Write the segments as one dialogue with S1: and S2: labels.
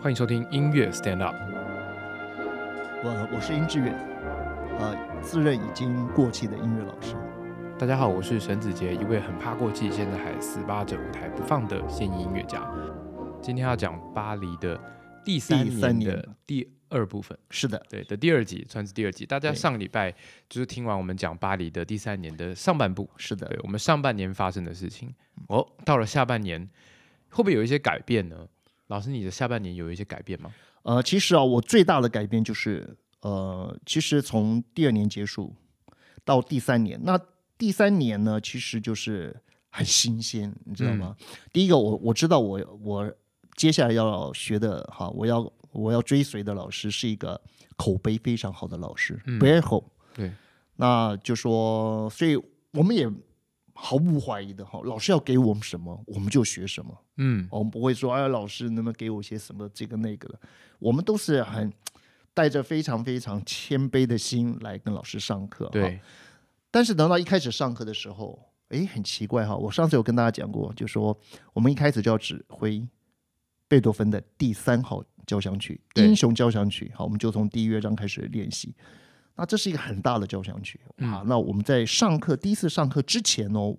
S1: 欢迎收听音乐 Stand Up。
S2: 我我是殷志远，呃，自认已经过气的音乐老师。
S1: 大家好，我是沈子杰，一位很怕过气，现在还死扒着舞台不放的现役音乐家。今天要讲巴黎的第三
S2: 第三
S1: 年的
S2: 年
S1: 第二部分，
S2: 是的，
S1: 对的第二集，算是第二集。大家
S2: 对
S1: 上礼拜就是听完我们讲巴黎的第三年的上半部，
S2: 是的
S1: 对，我们上半年发生的事情。哦，到了下半年，会不会有一些改变呢？老师，你的下半年有一些改变吗？
S2: 呃，其实啊，我最大的改变就是，呃，其实从第二年结束到第三年，那第三年呢，其实就是很新鲜，你知道吗？
S1: 嗯
S2: 第一个，我我知道我我接下来要学的哈，我要我要追随的老师是一个口碑非常好的老师，
S1: 嗯
S2: 不要吼。
S1: 对，
S2: 那就说，所以我们也毫不怀疑的哈，老师要给我们什么，我们就学什么。
S1: 嗯，
S2: 我们不会说，哎，老师能不能给我些什么这个那个的？我们都是很带着非常非常谦卑的心来跟老师上课。哈，
S1: 对，
S2: 但是等到一开始上课的时候，哎，很奇怪哈。我上次有跟大家讲过，就说我们一开始就要指挥贝多芬的第三号交响曲《
S1: 对
S2: 英雄交响曲》。好，我们就从第一乐章开始练习。那这是一个很大的交响曲哇！那我们在上课第一次上课之前哦，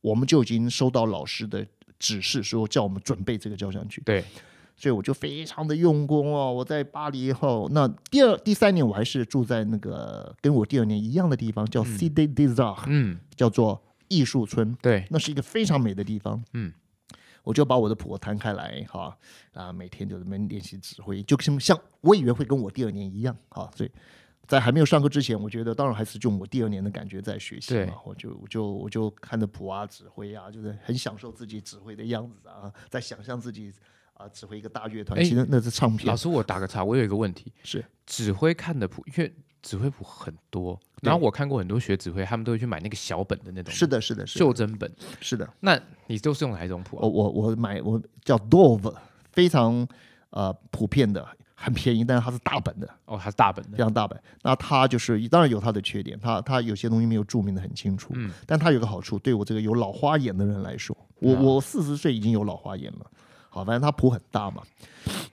S2: 我们就已经收到老师的指示，说叫我们准备这个交响曲。
S1: 对，
S2: 所以我就非常的用功哦。我在巴黎以后，那第二、第三年我还是住在那个跟我第二年一样的地方，叫 c i d e des Arts，、
S1: 嗯，
S2: 叫做艺术村。
S1: 对，
S2: 那是一个非常美的地方。
S1: 嗯，
S2: 我就把我的谱摊开来，哈啊，每天就在那边练习指挥，就像像我以为会跟我第二年一样，哈，所以在还没有上课之前，我觉得当然还是用我第二年的感觉在学习
S1: 对
S2: 嘛，我就我就我就看着谱啊指挥啊，就是很享受自己指挥的样子啊，在想象自己。啊，指挥一个大乐团，
S1: 哎
S2: 其实那是唱片
S1: 老，师，我打个岔，我有一个问题，
S2: 是
S1: 指挥看的谱，因为指挥谱很多，然后我看过很多学指挥，他们都会去买那个小本的那种
S2: 是的，是的，是的
S1: 袖珍本。
S2: 是的。
S1: 那你都是用哪一种谱啊、
S2: 我我我买我叫 Dove，非常呃普遍的，很便宜，但是它是大本的，
S1: 哦，它是大本
S2: 非
S1: 的。
S2: 常大本。那它就是当然有它的缺点，它它有些东西没有注明的很清楚，但它有个好处，对我这个有老花眼的人来说，我、我四十岁已经有老花眼了。好，反正它谱很大嘛，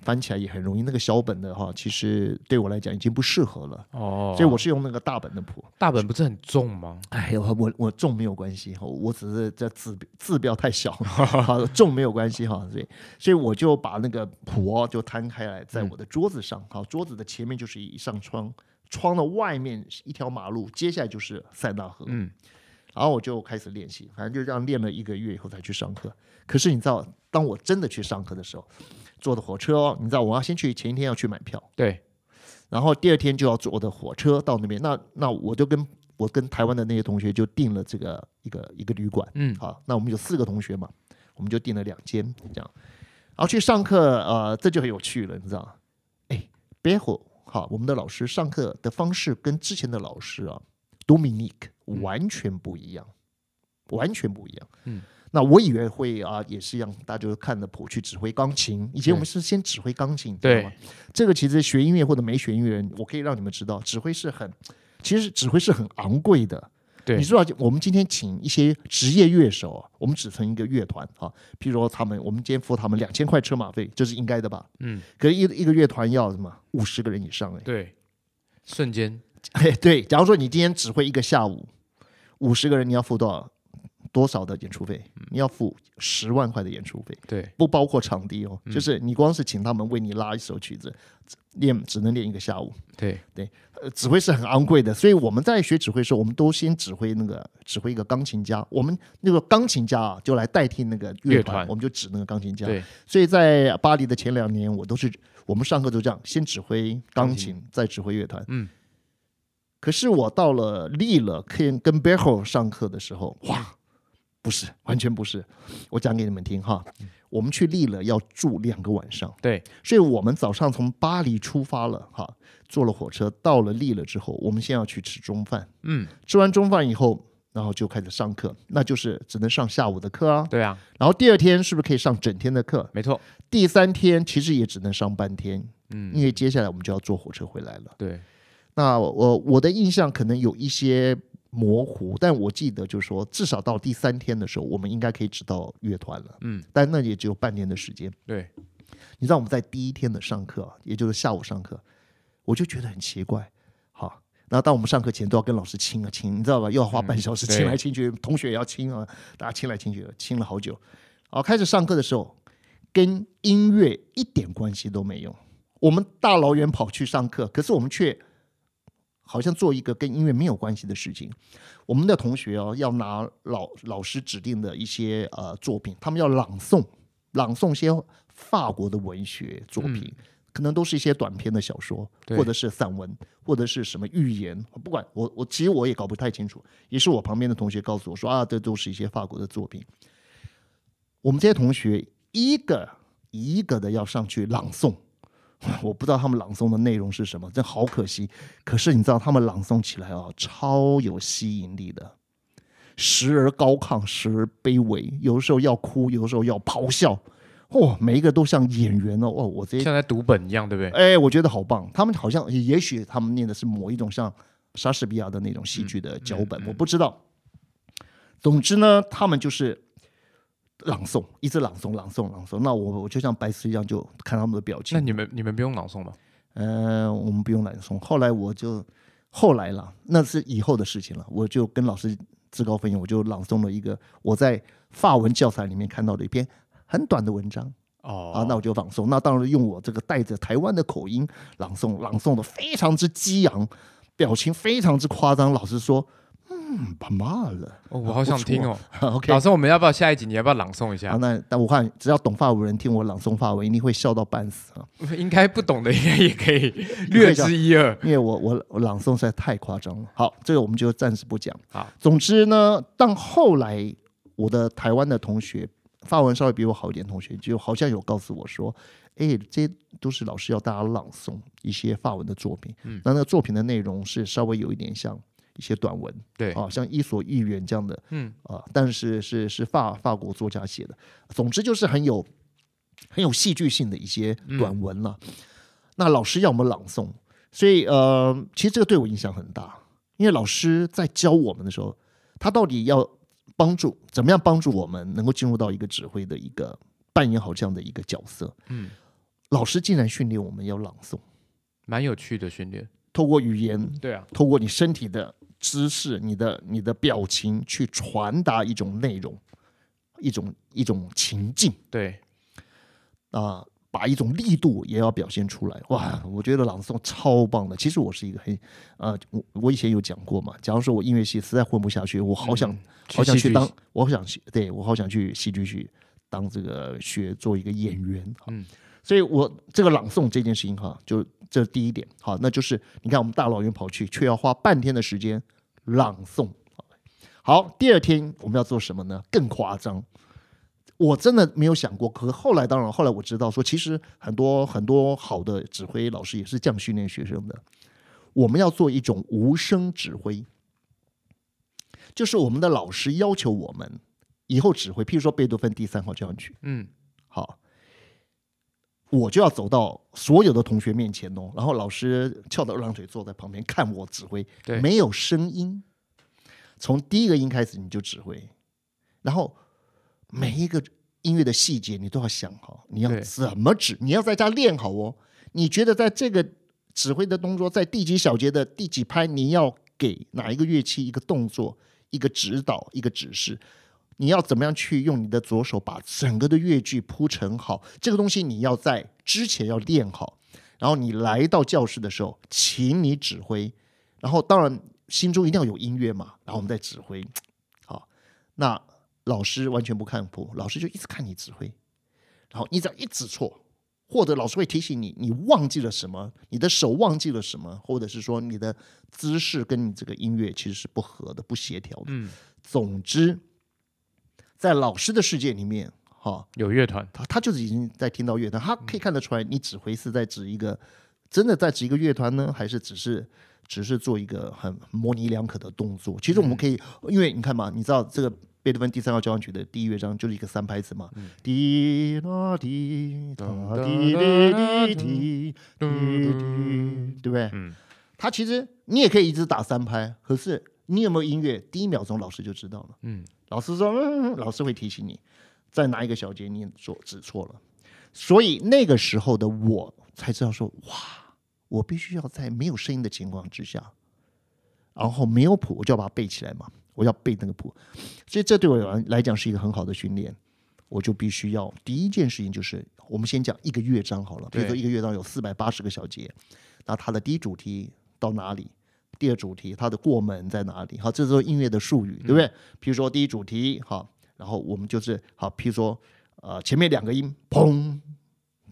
S2: 翻起来也很容易。那个小本的哈，其实对我来讲已经不适合了，
S1: 哦，
S2: 所以我是用那个大本的谱。
S1: 大本不是很重吗？
S2: 哎，我我我重没有关系哈，我只是这字字标太小，好重没有关系哈，所以所以我就把那个谱哦就摊开来，在我的桌子上，好，桌子的前面就是一扇窗，窗的外面是一条马路，接下来就是塞纳河，
S1: 嗯，
S2: 然后我就开始练习，反正就这样练了一个月以后才去上课。可是你知道，当我真的去上课的时候，坐的火车哦，你知道我要先去前一天要去买票，
S1: 对，
S2: 然后第二天就要坐我的火车到那边。那那我就跟我跟台湾的那些同学就订了这个一个一个旅馆，
S1: 嗯
S2: 好，那我们有四个同学嘛，我们就订了两间这样，然后去上课，呃，这就很有趣了，你知道？哎，别吼，好，我们的老师上课的方式跟之前的老师啊，Dominic 完全不一样，完全不一样，
S1: 嗯。
S2: 那我以为会啊，也是一样，大家就看着谱去指挥钢琴。以前我们是先指挥钢琴，你知道
S1: 对
S2: 吗？这个其实学音乐或者没学音乐人，我可以让你们知道，指挥是很，其实指挥是很昂贵的。
S1: 对
S2: 你知道，我们今天请一些职业乐手啊，我们只成一个乐团啊，譬如说他们，我们今天付他们两千块车马费，这是应该的吧？
S1: 嗯，
S2: 可是一一个乐团要什么五十个人以上哎、
S1: 对，瞬间
S2: 嘿 对，假如说你今天只会一个下午，五十个人，你要付多少多少的演出费？
S1: 嗯
S2: 你要付十万块的演出费。
S1: 对，
S2: 不包括场地
S1: 嗯
S2: 哦，就是你光是请他们为你拉一首曲子，只练只能练一个下午。
S1: 对，
S2: 呃，指挥是很昂贵的，所以我们在学指挥的时候，我们都先指挥那个指挥一个钢琴家，我们那个钢琴家啊，就来代替那个
S1: 乐
S2: 乐
S1: 团
S2: 团，我们就指那个钢琴家。
S1: 对，
S2: 所以在巴黎的前两年，我都是我们上课都这样，先指挥钢琴，再指挥乐团。
S1: 嗯。
S2: 可是我到了利了跟跟 b e r o 上课的时候，哇，不是，完全不是。我讲给你们听哈，我们去利了要住两个晚上，
S1: 嗯对，
S2: 所以我们早上从巴黎出发了哈，坐了火车到了利了之后，我们先要去吃中饭，
S1: 嗯，
S2: 吃完中饭以后，然后就开始上课，那就是只能上下午的课啊。
S1: 对啊，
S2: 然后第二天是不是可以上整天的课？
S1: 没错，
S2: 第三天其实也只能上半天，嗯，因为接下来我们就要坐火车回来了。
S1: 对，
S2: 那我我的印象可能有一些模糊，但我记得就是说，至少到第三天的时候，我们应该可以知道乐团了，
S1: 嗯，
S2: 但那也只有半年的时间。
S1: 对，
S2: 你知道我们在第一天的上课啊，也就是下午上课，我就觉得很奇怪，好。然后当我们上课前都要跟老师亲啊亲，你知道吧？又要花半小时
S1: 对
S2: 亲来亲去，同学也要亲啊，大家亲来亲去，亲了好久。好，开始上课的时候，跟音乐一点关系都没有。我们大老远跑去上课，可是我们却好像做一个跟音乐没有关系的事情。我们的同学哦，要拿老老师指定的一些呃作品，他们要朗诵，朗诵一些法国的文学作品，可能都是一些短篇的小说，
S1: 对
S2: 或者是散文，或者是什么寓言，不管我我其实我也搞不太清楚，也是我旁边的同学告诉我说啊，这都是一些法国的作品。我们这些同学一个一个的要上去朗诵， 我不知道他们朗诵的内容是什么，真好可惜。可是你知道他们朗诵起来啊，超有吸引力的，时而高亢，时而卑微，有的时候要哭，有的时候要咆哮。哇、每一个都像演员哦！哦，我这些
S1: 像在读本一样，对不对？
S2: 哎，我觉得好棒。他们好像，也许他们念的是某一种像莎士比亚的那种
S1: 嗯
S2: 戏剧的脚本，我不知道。总之呢，他们就是朗诵，一直朗诵，朗诵，朗诵。那我我就像白痴一样，就看他们的表
S1: 那
S2: 情。
S1: 你们你们不用朗诵吗？
S2: 呃，我们不用朗诵。后来我就后来了，那是以后的事情了。我就跟老师自告奋勇，我就朗诵了一个我在法文教材里面看到的一篇很短的文章。
S1: 哦
S2: 啊，那我就朗诵。那当然用我这个带着台湾的口音朗诵，朗诵的非常之激昂，表情非常之夸张。老师说，嗯，把骂 了。
S1: 哦我好想听哦。
S2: OK，
S1: 老师，我们要不要下一集？你要不要朗诵一
S2: 啊，
S1: 下？
S2: 那但我看只要懂法文人听我朗诵法文，一定会笑到半死啊，
S1: 应该不懂的，应该也可以略知一二。
S2: 因为我我我朗诵实在太夸张了。好，这个我们就暂时不讲。
S1: 好，
S2: 总之呢，但后来我的台湾的同学。法文稍微比我好一点，同学就好像有告诉我说，哎，这些都是老师要大家朗诵一些法文的作品。
S1: 嗯
S2: 那那个作品的内容是稍微有一点像一些短文，
S1: 对，
S2: 啊，像《伊索寓言》这样的
S1: 嗯，
S2: 啊、但是是是法法国作家写的。总之就是很有很有戏剧性的一些
S1: 嗯
S2: 短文了、那老师要我们朗诵，所以呃，其实这个对我影响很大，因为老师在教我们的时候，他到底要帮助怎么样帮助我们能够进入到一个指挥的一个扮演好这样的一个角色。
S1: 嗯，
S2: 老师竟然训练我们要朗诵，
S1: 蛮有趣的训练。
S2: 透过语言
S1: 对啊，
S2: 透过你身体的姿势、你的你的表情去传达一种内容，一种一种情境
S1: 对，
S2: 啊、把一种力度也要表现出来。哇，我觉得朗诵超棒的。其实我是一个很呃，我我以前有讲过嘛，假如说我音乐系实在混不下去，我好想、
S1: 嗯
S2: 好想
S1: 戏
S2: 去
S1: 剧
S2: 当，我好想去，对我好想去戏剧去当这个学做一个演员。
S1: 嗯，
S2: 所以我这个朗诵这件事情哈，就这是第一点。好，那就是你看我们大老远跑去，却要花半天的时间朗诵。好，第二天我们要做什么呢？更夸张。我真的没有想过，可后来当然，后来我知道说，其实很多很多好的指挥老师也是这样训练学生的。我们要做一种无声指挥，就是我们的老师要求我们以后指挥，譬如说贝多芬第三号交响曲，
S1: 嗯，
S2: 好，我就要走到所有的同学面前哦，然后老师翘着二郎腿坐在旁边看我指挥，
S1: 对
S2: 没有声音，从第一个音开始你就指挥，然后每一个音乐的细节你都要想好，你要
S1: 对
S2: 怎么指，你要在家练好哦。你觉得在这个指挥的动作在第几小节的第几拍，你要给哪一个乐器一个动作、一个指导、一个指示？你要怎么样去用你的左手把整个的乐句铺陈好？这个东西你要在之前要练好，然后你来到教室的时候，请你指挥，然后当然心中一定要有音乐嘛，然后我们再指挥。好，那老师完全不看谱，老师就一直看你指挥，然后你只要一指错，或者老师会提醒你，你忘记了什么，你的手忘记了什么，或者是说你的姿势跟你这个音乐其实是不合的、不协调的。
S1: 嗯，
S2: 总之，在老师的世界里面，哈、
S1: 有乐团，
S2: 他他就是已经在听到乐团，他可以看得出来，你指挥是在指一个真的在指一个乐团呢，还是只是只是做一个很模棱两可的动作？其实我们可以，因为你看嘛，你知道这个贝多芬第三号交响曲的第一乐章就是一个三拍子嘛，滴啦滴嗯哒滴滴滴滴滴，对不对？
S1: 嗯，
S2: 他其实你也可以一直打三拍，可是你有没有音乐，第一秒钟老师就知道了。
S1: 嗯，
S2: 老师说，嗯，老师会提醒你，在哪一个小节你做指错了。所以那个时候的我才知道说，哇，我必须要在没有声音的情况之下，然后没有谱，我就要把它背起来嘛，我要背那个谱。所以这对我来来讲是一个很好的训练。我就必须要第一件事情就是，我们先讲一个乐章好了，比如说
S1: 对
S2: 一个乐章有四百八十个小节，那它的第一主题到哪里？第二主题它的过门在哪里？好，这都是音乐的术语，对不对？比如说第一主题好，然后我们就是好，譬如说呃前面两个音砰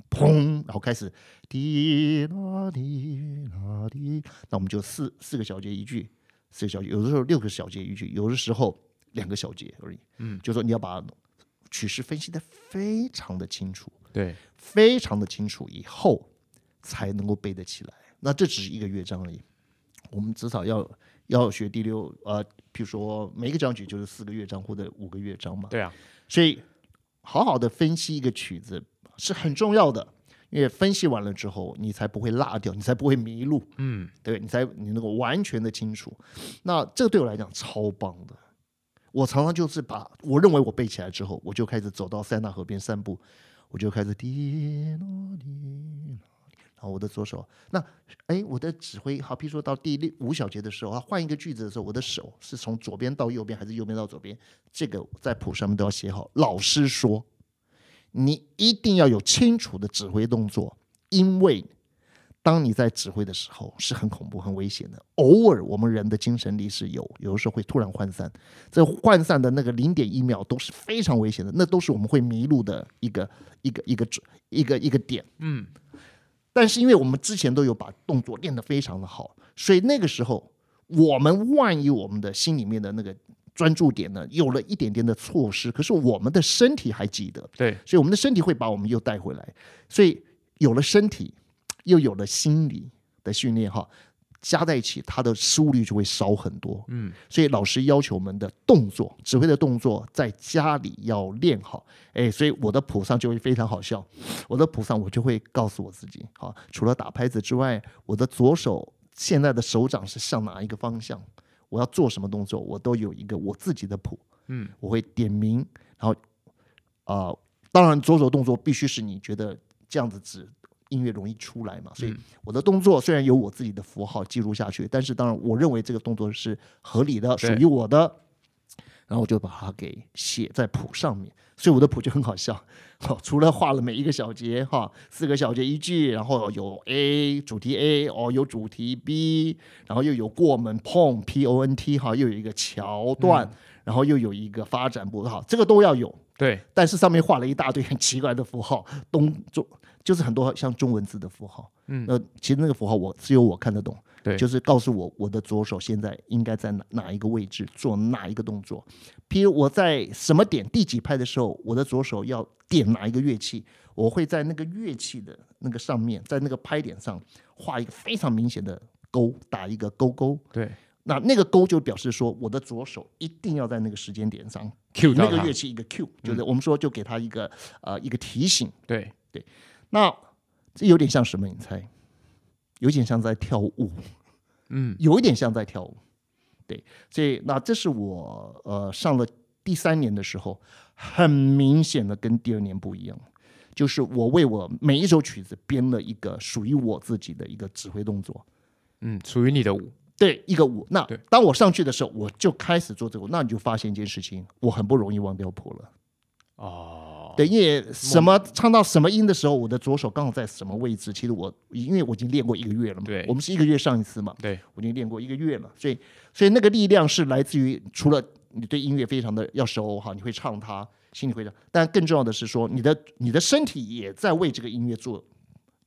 S2: 砰，然后开始滴啦滴啦滴，那我们就四四个小节一句，四个小节，有的时候六个小节一句，有的时候两个小节而已。嗯，就说你要把曲式分析的非常的清楚，
S1: 对，
S2: 非常的清楚以后，才能够背得起来。那这只是一个乐章而已，我们至少要要学第六呃，比如说每一个章曲就是四个乐章或者五个乐章嘛。
S1: 对啊，
S2: 所以好好的分析一个曲子是很重要的，因为分析完了之后，你才不会落掉，你才不会迷路，
S1: 嗯，
S2: 对，你才你能够完全的清楚。那这个对我来讲超棒的。我常常就是把我认为我背起来之后，我就开始走到塞纳河边散步，我就开始滴啦滴啦滴然后我的左手，那哎，我的指挥，好，比如说到第六五小节的时候，啊，换一个句子的时候，我的手是从左边到右边，还是右边到左边？这个在谱上面都要写好。老师说，你一定要有清楚的指挥动作，因为当你在指挥的时候是很恐怖、很危险的。偶尔我们人的精神力是有，有的时候会突然涣散，这涣散的那个零点一秒都是非常危险的，那都是我们会迷路的一个一个一个一个一个点。嗯，但是因为我们之前都有把动作练得非常的好，所以那个时候我们万一我们的心里面的那个专注点呢有了一点点的错失，可是我们的身体还记得，
S1: 对，啊
S2: 所以我们的身体会把我们又带回来。所以有了身体，又有了心理的训练哈，加在一起，它的失误率就会少很多。嗯，所以老师要求我们的动作，指挥的动作，在家里要练好。哎，所以我的谱上就会非常好笑。我的谱上我就会告诉我自己，好，除了打拍子之外，我的左手现在的手掌是向哪一个方向？我要做什么动作，我都有一个我自己的谱。嗯，我会点名，然后啊、当然左手动作必须是你觉得这样子指音乐容易出来嘛，所以我的动作虽然有我自己的符号记录下去，但是当然我认为这个动作是合理的，属
S1: 对
S2: 于我的，然后我就把它给写在谱上面，所以我的谱就很好笑，好，除了画了每一个小节哈，四个小节一句，然后有 A 主题 A 哦，有主题 B，然后又有过门碰 P O N T 哈，又有一个桥段，然后又有一个发展部哈，这个都要有。
S1: 对，
S2: 但是上面画了一大堆很奇怪的符号，东中就是很多像中文字的符号。
S1: 嗯
S2: 呃，其实那个符号我只有我看得懂，
S1: 对
S2: 就是告诉我我的左手现在应该在哪哪一个位置做哪一个动作。譬如我在什么点第几拍的时候，我的左手要点哪一个乐器，我会在那个乐器的那个上面，在那个拍点上画一个非常明显的勾，打一个勾勾。
S1: 对
S2: 那那个勾就表示说，我的左手一定要在那个时间点上
S1: ，Q
S2: 那
S1: 到嗯
S2: 个
S1: 它
S2: 乐，器一个 Q，就是我们说就给他一个呃一个提醒。
S1: 对，
S2: 那这有点像什么？你猜？有点像在跳舞，
S1: 嗯，
S2: 有一点像在跳舞。对，所以那这是我呃上了第三年的时候，很明显的跟第二年不一样，就是我为我每一首曲子编了一个属于我自己的一个指挥动作。
S1: 嗯，属于你的舞，
S2: 对，一个舞。那
S1: 对
S2: 当我上去的时候，我就开始做这个舞。那你就发现一件事情，我很不容易忘掉谱了。
S1: 哦，
S2: 对，因为什么唱到什么音的时候，我的左手刚好在什么位置？其实我因为我已经练过一个月了嘛，
S1: 对
S2: 我们是一个月上一次嘛，
S1: 对，
S2: 我已经练过一个月了，所以所以那个力量是来自于除了你对音乐非常的要熟哈，你会唱它，心里会唱，但更重要的是说你的你的身体也在为这个音乐做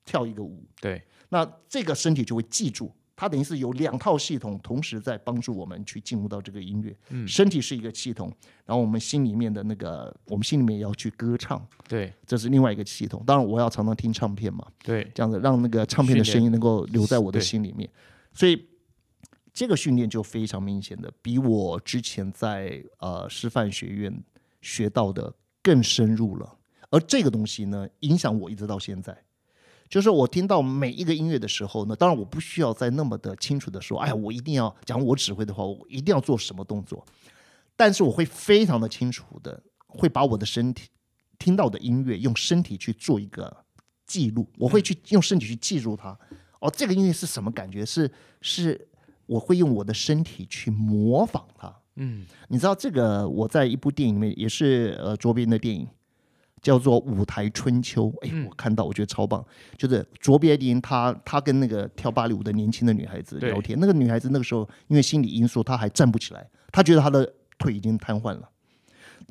S2: 跳一个舞，
S1: 对，
S2: 那这个身体就会记住，它等于是有两套系统同时在帮助我们去进入到这个音乐。嗯，身体是一个系统，然后我们心里面的那个，我们心里面也要去歌唱，
S1: 对，
S2: 这是另外一个系统。当然，我要常常听唱片嘛，
S1: 对，
S2: 这样子让那个唱片的
S1: 训练
S2: 声音能够留在我的
S1: 对
S2: 心里面。所以这个训练就非常明显的，比我之前在呃师范学院学到的更深入了。而这个东西呢，影响我一直到现在。就是我听到每一个音乐的时候呢，当然我不需要再那么的清楚的说，哎呀，我一定要讲我指挥的话，我一定要做什么动作，但是我会非常的清楚的，会把我的身体听到的音乐用身体去做一个记录，我会去用身体去记住它。哦，这个音乐是什么感觉？是是，我会用我的身体去模仿它。
S1: 嗯，
S2: 你知道这个？我在一部电影里面也是呃卓别林的电影，叫做《舞台春秋》。
S1: 嗯
S2: 哎，我看到我觉得超棒，就是卓别林他他跟那个跳芭蕾舞的年轻的女孩子
S1: 对
S2: 聊天，那个女孩子那个时候因为心理因素她还站不起来，她觉得她的腿已经瘫痪了，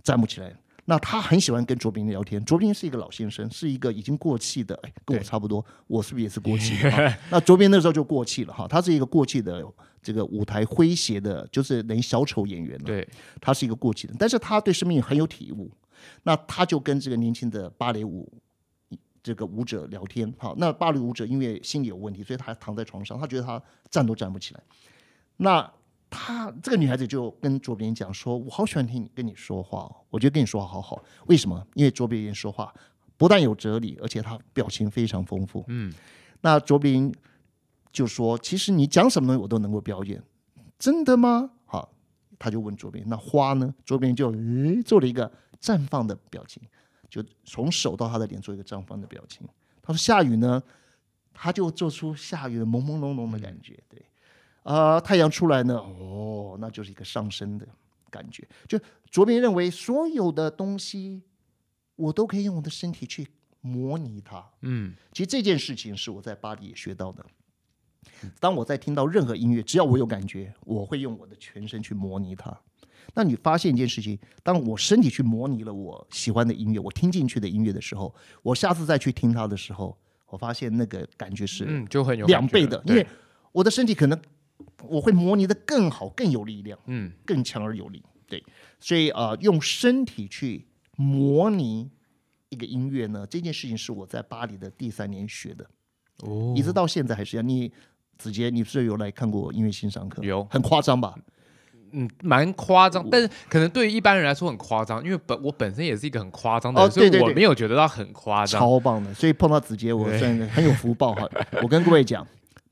S2: 站不起来。那她很喜欢跟卓别林聊天，卓别林是一个老先生，是一个已经过气的，哎，跟我
S1: 对
S2: 差不多，我是不是也是过 气的？哈那卓别林那时候就过气了哈，他是一个过气的这个舞台诙谐的，就是等于小丑演员了。
S1: 对，
S2: 他是一个过气的，但是他对生命很有体悟。那他就跟这个年轻的芭蕾舞这个舞者聊天，好，那芭蕾舞者因为心理有问题，所以他躺在床上，他觉得他站都站不起来。那他这个女孩子就跟卓别林讲说：“我好喜欢听你跟你说话、哦，我觉得跟你说话好好。为什么？因为卓别林说话不但有哲理，而且他表情非常丰富。
S1: 嗯，
S2: 那卓别林就说：“其实你讲什么东西我都能够表演，真的吗？”好，他就问卓别林：“那花呢？”卓别林就诶做了一个绽放的表情，就从手到他的脸做一个绽放的表情。他说：“下雨呢？”他就做出下雨的朦朦胧胧的感觉。对，啊、太阳出来呢，哦，那就是一个上升的感觉。就卓别林认为所有的东西，我都可以用我的身体去模拟它。
S1: 嗯，
S2: 其实这件事情是我在巴黎也学到的。当我在听到任何音乐，只要我有感觉，我会用我的全身去模拟它。那你发现一件事情，当我身体去模拟了我喜欢的音乐，我听进去的音乐的时候，我下次再去听它的时候，我发现那个感觉是
S1: 嗯，就很有
S2: 两
S1: 感觉
S2: 倍
S1: 了
S2: 的，因
S1: 对
S2: 为我的身体可能我会模拟的更好、更有力量。
S1: 嗯，
S2: 更强而有力。对，所以呃，用身体去模拟一个音乐呢，这件事情是我在巴黎的第三年学的，
S1: 哦
S2: 一直到现在还是一样。你子杰，你是有来看过音乐欣赏课？
S1: 有
S2: 很夸张吧？
S1: 嗯，蛮夸
S2: 哦
S1: 张，但是可能对于一般人来说很夸张，因为本我本身也是一个很夸张的
S2: 哦
S1: 人，所以
S2: 对对
S1: 我
S2: 对
S1: 没有觉得到很夸张。
S2: 超棒的。所以碰到子杰，我算是很有福报哈。我跟各位讲，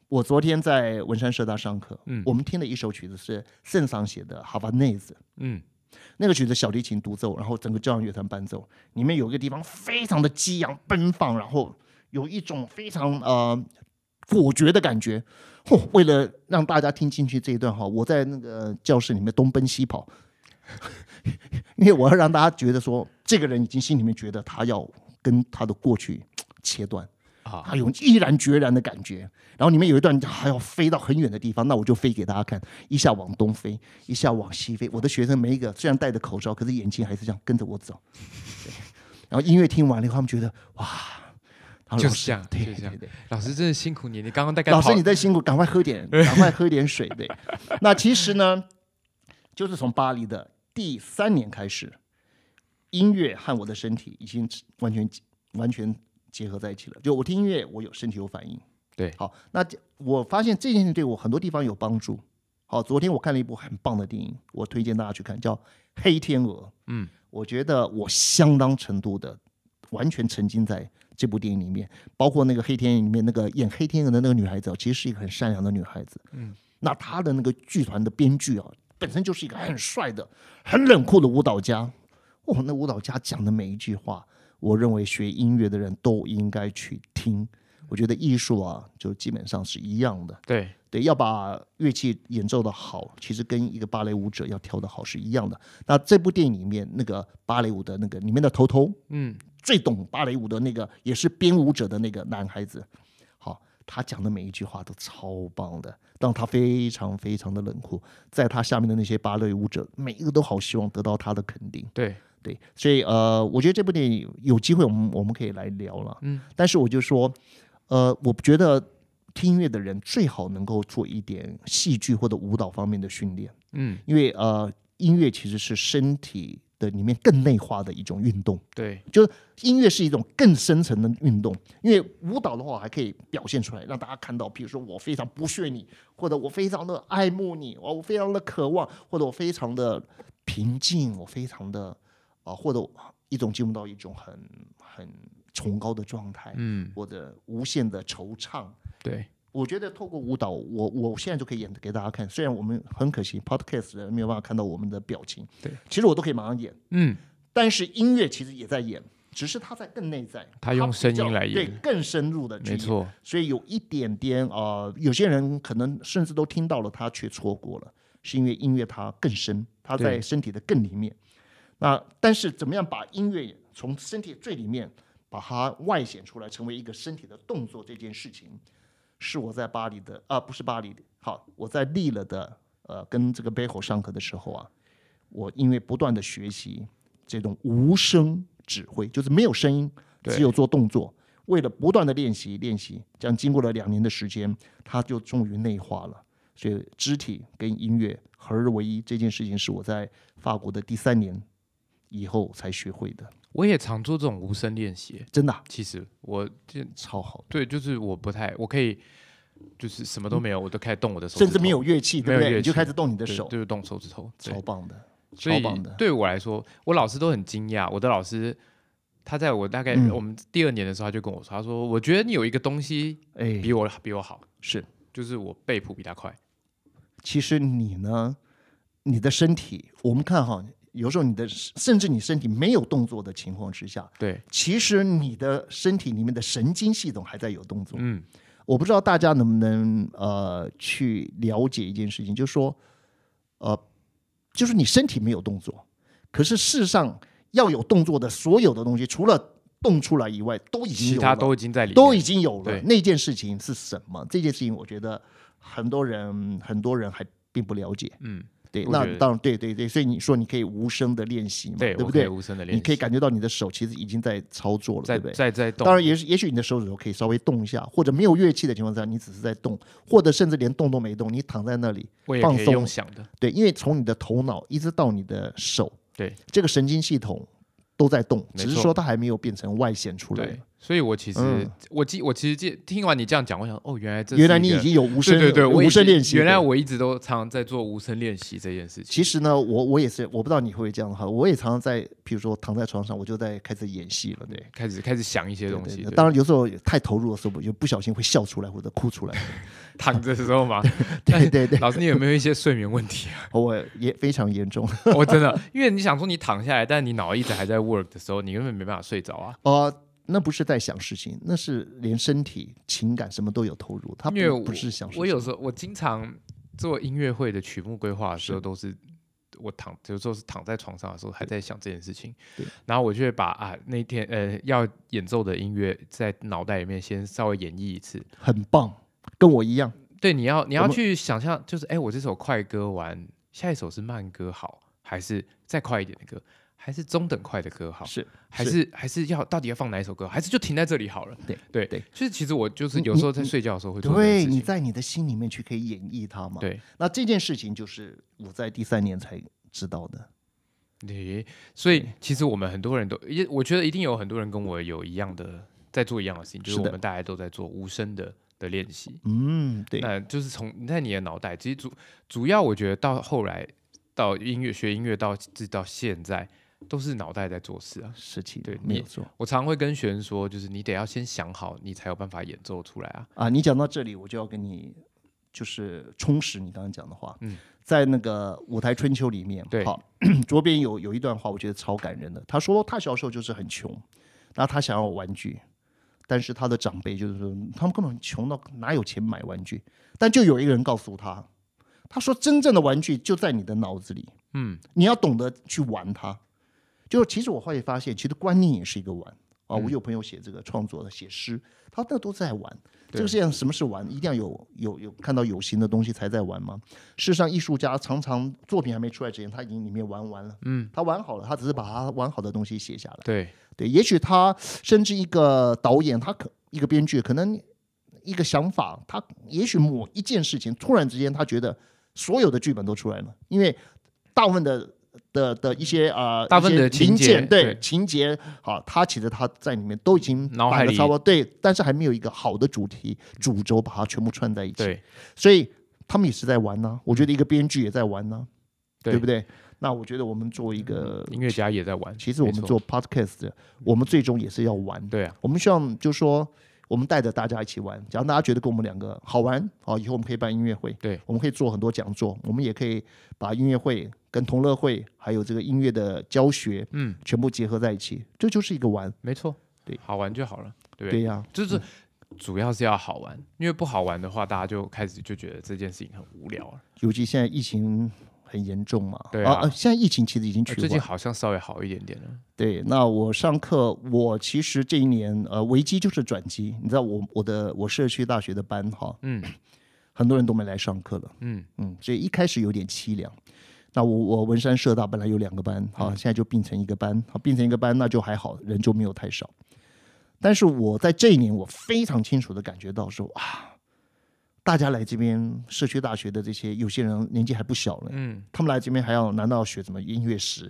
S2: 我昨天在文山社大上课，
S1: 嗯
S2: 我们听的一首曲子是圣桑写的《哈巴内子》。
S1: 嗯，
S2: 那个曲子小提琴独奏，然后整个交响乐团伴奏，里面有一个地方非常的激昂奔放，然后有一种非常呃果决的感觉。嚯，为了让大家听进去这一段哈，我在那个教室里面东奔西跑， 因为我要让大家觉得说，这个人已经心里面觉得他要跟他的过去切断。
S1: 啊
S2: 他有毅然决然的感觉，然后里面有一段还要飞到很远的地方，那我就飞给大家看，一下往东飞，一下往西飞。我的学生每一个虽然戴着口罩，可是眼睛还是这样跟着我 走。对然后音乐听完了以后，他们觉得哇，他说
S1: 就
S2: 老
S1: 是
S2: 师
S1: 这样
S2: 对
S1: 就
S2: 对
S1: 是这样
S2: 对。
S1: 老师真的辛苦你，你刚刚大概
S2: 老师
S1: 跑
S2: 你在辛苦，赶快喝 点，赶快喝点水。对，那其实呢，就是从巴黎的第三年开始，音乐和我的身体已经完全完全结合在一起了。就我听音乐，我有身体有反应。
S1: 对
S2: 好，那这我发现这件事情对我很多地方有帮助。好，昨天我看了一部很棒的电影，我推荐大家去看，叫《黑天鹅》。
S1: 嗯，
S2: 我觉得我相当程度的完全沉浸在这部电影里面，包括那个黑天鹅里面那个演黑天鹅的那个女孩子哦，其实是一个很善良的女孩子。
S1: 嗯，
S2: 那她的那个剧团的编剧啊，本身就是一个很帅的、很冷酷的舞蹈家。哦，那舞蹈家讲的每一句话，我认为学音乐的人都应该去听。我觉得艺术啊，就基本上是一样的。
S1: 对，
S2: 对，要把乐器演奏的好，其实跟一个芭蕾舞者要跳的好是一样的。那这部电影里面那个芭蕾舞的那个里面的头头，
S1: 嗯，
S2: 最懂芭蕾舞的那个，也是编舞者的那个男孩子，好，他讲的每一句话都超棒的，让他非常非常的冷酷。在他下面的那些芭蕾舞者，每一个都好希望得到他的肯定。
S1: 对，
S2: 对，所以呃，我觉得这部电影有机会我们我们可以来聊了。
S1: 嗯，
S2: 但是我就说，呃，我觉得听音乐的人最好能够做一点戏剧或者舞蹈方面的训练，
S1: 嗯，
S2: 因为呃，音乐其实是身体的里面更内化的一种运动。
S1: 对，
S2: 就是音乐是一种更深层的运动，因为舞蹈的话，我还可以表现出来，让大家看到，比如说我非常不屑你，或者我非常的爱慕你，我我非常的渴望，或者我非常的呃平静，我非常的啊、或者我一种进入到一种很很崇高的状态，
S1: 嗯，
S2: 或者无限的惆怅。
S1: 对，
S2: 我觉得透过舞蹈，我我现在就可以演给大家看。虽然我们很可惜，podcast 人没有办法看到我们的表情，
S1: 对，
S2: 其实我都可以马上演。
S1: 嗯，
S2: 但是音乐其实也在演，只是他在更内在，
S1: 他用
S2: 比较
S1: 声音来演
S2: 对更深入的去
S1: 没
S2: 演，
S1: 错，
S2: 所以有一点点呃，有些人可能甚至都听到了，他却错过了，是因为音乐它更深，它在
S1: 对
S2: 身体的更里面。那但是怎么样把音乐从身体最里面把它外显出来，成为一个身体的动作这件事情，是我在巴黎的啊、不是巴黎的，好，我在利了的呃，跟这个贝侯上课的时候啊，我因为不断的学习这种无声指挥，就是没有声音，
S1: 对
S2: 只有做动作。为了不断的练习练习，这样经过了两年的时间，他就终于内化了。所以肢体跟音乐合而为一这件事情，是我在法国的第三年以后才学会的，
S1: 我也常做这种无声练习。
S2: 真的啊、
S1: 其实我这
S2: 超好，
S1: 对，就是我不太，我可以就是什么都没有，我都开始动我的手指头，
S2: 嗯甚至没有乐器，对
S1: 没有乐
S2: 不
S1: 器
S2: 对？你就开始动你的
S1: 对
S2: 手，
S1: 就是动手指头，对
S2: 超棒的，
S1: 所以
S2: 超棒的
S1: 对我来说，我老师都很惊讶。我的老师，他在我大概、
S2: 嗯
S1: 我们第二年的时候，他就跟我说，他说：“我觉得你有一个东西
S2: 哎，
S1: 比我比我好，
S2: 是。
S1: 就是我背谱比他快。
S2: 其实你呢，你的身体，我们看哈，有时候你的甚至你身体没有动作的情况之下，”
S1: 对，
S2: 其实你的身体里面的神经系统还在有动作。
S1: 嗯，
S2: 我不知道大家能不能呃去了解一件事情，就是说，呃，就是你身体没有动作，可是事实上要有动作的所有的东西，除了动出来以外，都已经
S1: 其
S2: 有
S1: 他
S2: 了。
S1: 都已经在里面，
S2: 都已经有了
S1: 对。
S2: 那件事情是什么？这件事情我觉得很多人很多人还并不了解。
S1: 嗯，
S2: 对，
S1: 我
S2: 那
S1: 觉得
S2: 当然对对对，所以你说你可以无声的练习嘛，
S1: 对，
S2: 不
S1: 我可以
S2: 对？
S1: 无声的练
S2: 你
S1: 习，
S2: 可以感觉到你的手其实已经在操作了，
S1: 在
S2: 对不对？
S1: 在在动，
S2: 当然也，是也许你的手指头可以稍微动一下，或者没有乐器的情况下，你只是在动，或者甚至连动都没动，你躺在那里，
S1: 我也
S2: 放
S1: 可以
S2: 松
S1: 用想的，
S2: 对，因为从你的头脑一直到你的手，
S1: 对
S2: 这个神经系统都在动，
S1: 没
S2: 只是
S1: 错
S2: 说它还没有变成外显出来
S1: 对。。所以我其实、
S2: 嗯
S1: 我记我其实记听完你这样讲，我想哦，原来这
S2: 原
S1: 是
S2: 来
S1: 一
S2: 你
S1: 个
S2: 已经有无 声
S1: 对对对，我
S2: 无
S1: 已
S2: 声
S1: 经
S2: 练习的，
S1: 原来我一直都常常在做无声练习这件事情。
S2: 其实呢，我我也是，我不知道你会不会这样的话，我也常常在，比如说躺在床上，我就在开始演戏了，对。
S1: 开始开始想一些东
S2: 对
S1: 西，
S2: 对
S1: 对
S2: 当然有时候太投入的时候，我就不小心会笑出来或者哭出来。
S1: 躺着的时候嘛，
S2: 对对 对，
S1: 老师，你有没有一些睡眠问题 啊？
S2: 我也非常严重。
S1: 我真的，因为你想说你躺下来，但你脑一直还在 work 的时候，你根本没办法睡着啊。
S2: 呃，那不是在想事情，那是连身体、情感什么都有投入，他
S1: 因为
S2: 不
S1: 我
S2: 不是想事
S1: 我
S2: 情。
S1: 有时候我经常做音乐会的曲目规划的时候，
S2: 是
S1: 都是我躺，有时候是躺在床上的时候还在想这件事情
S2: 对，
S1: 然后我就会把啊那天呃要演奏的音乐在脑袋里面先稍微演绎一次。
S2: 很棒，跟我一样。
S1: 对，你要你
S2: 我
S1: 要
S2: 们
S1: 去想象，就是哎，我这首快歌完，下一首是慢歌好，还是再快一点的歌，还是中等快的歌好？
S2: 是
S1: 还是还是要到底要放哪一首歌，还是就停在这里好了。
S2: 对
S1: 对
S2: 对，
S1: 就是其实我就是
S2: 你
S1: 有时候在睡觉的时候会做这件
S2: 对，
S1: 事
S2: 你
S1: 情。
S2: 在你的心里面去可以演绎它嘛。
S1: 对，
S2: 那这件事情就是我在第三年才知道的。
S1: 对，所以其实我们很多人都，也我觉得一定有很多人跟我有一样的在做一样的事情，就是
S2: 是
S1: 我
S2: 的
S1: 们大家都在做无声的的练习。
S2: 嗯，对。
S1: 那就是从你在你的脑袋，其实主主要我觉得到后来到音乐学音乐到直到现在，都是脑袋在做事啊。
S2: 事情，
S1: 对你
S2: 没有错
S1: 我常会跟学生说，就是你得要先想好，你才有办法演奏出来啊。
S2: 啊。你讲到这里，我就要跟你就是充实你刚刚讲的话。
S1: 嗯，
S2: 在那个舞台春秋里面，
S1: 对
S2: 好， 卓别林有有一段话，我觉得超感人的。他说他小时候就是很穷，那他想要玩具，但是他的长辈就是说他们根本穷到哪有钱买玩具，但就有一个人告诉他，他说真正的玩具就在你的脑子里，
S1: 嗯，
S2: 你要懂得去玩它。就其实我后来发现，其实观念也是一个玩啊。我有朋友写这个创作的，写诗，他那都在玩。这个世界上什么是玩？一定要有有有看到有形的东西才在玩吗？事实上，艺术家常常作品还没出来之前，他已经里面玩完了。嗯，他玩好了，他只是把他玩好的东西写下来。
S1: 对，
S2: 对，也许他甚至一个导演，他可一个编剧，可能一个想法，他也许某一件事情，突然之间他觉得所有的剧本都出来了，因为大部分的的的一些啊，呃、
S1: 大部分
S2: 一些
S1: 的情
S2: 零
S1: 节
S2: 件对
S1: 对
S2: 情节，好，他其实他在里面都已经
S1: 脑海
S2: 摆得
S1: 里
S2: 差不多对，但是还没有一个好的主题主轴把它全部串在一起，
S1: 对，
S2: 所以他们也是在玩呢、我觉得一个编剧也在玩呢、
S1: 对
S2: 对不对？那我觉得我们作为一个
S1: 音乐家也在玩。
S2: 其实我
S1: 没
S2: 们
S1: 错
S2: 做 podcast，的我们最终也是要玩。
S1: 对啊，
S2: 我们希望就是说，我们带着大家一起玩，只要大家觉得跟我们两哦个好玩，好，以后我们可以办音乐会，
S1: 对，
S2: 我们可以做很多讲座，我们也可以把音乐会跟同乐会，还有这个音乐的教学，
S1: 嗯，
S2: 全部结合在一起，这就是一个玩。
S1: 没错，嗯
S2: 对，
S1: 好玩就好了，对不
S2: 对
S1: 对？
S2: 呀、
S1: 就是主要是要好玩，因为不好玩的话，大家就开始就觉得这件事情很无聊啊了。
S2: 尤其现在疫情很严重嘛，
S1: 对啊
S2: 呃现在疫情其实已经去
S1: 最近
S2: 缓。
S1: 好像稍微好一点点了，
S2: 对，那我上课，我其实这一年呃，危机就是转机。你知道我我的我社区大学的班哈，
S1: 嗯，
S2: 很多人都没来上课了，
S1: 嗯
S2: 嗯，所以一开始有点凄凉。那我我文山社大本来有两个班，啊，
S1: 嗯
S2: 现在就并成一个班，啊，并成一个班那就还好，人就没有太少。但是我在这一年，我非常清楚的感觉到说啊，大家来这边社区大学的这些有些人年纪还不小了，
S1: 嗯，
S2: 他们来这边还要难道要学什么音乐史、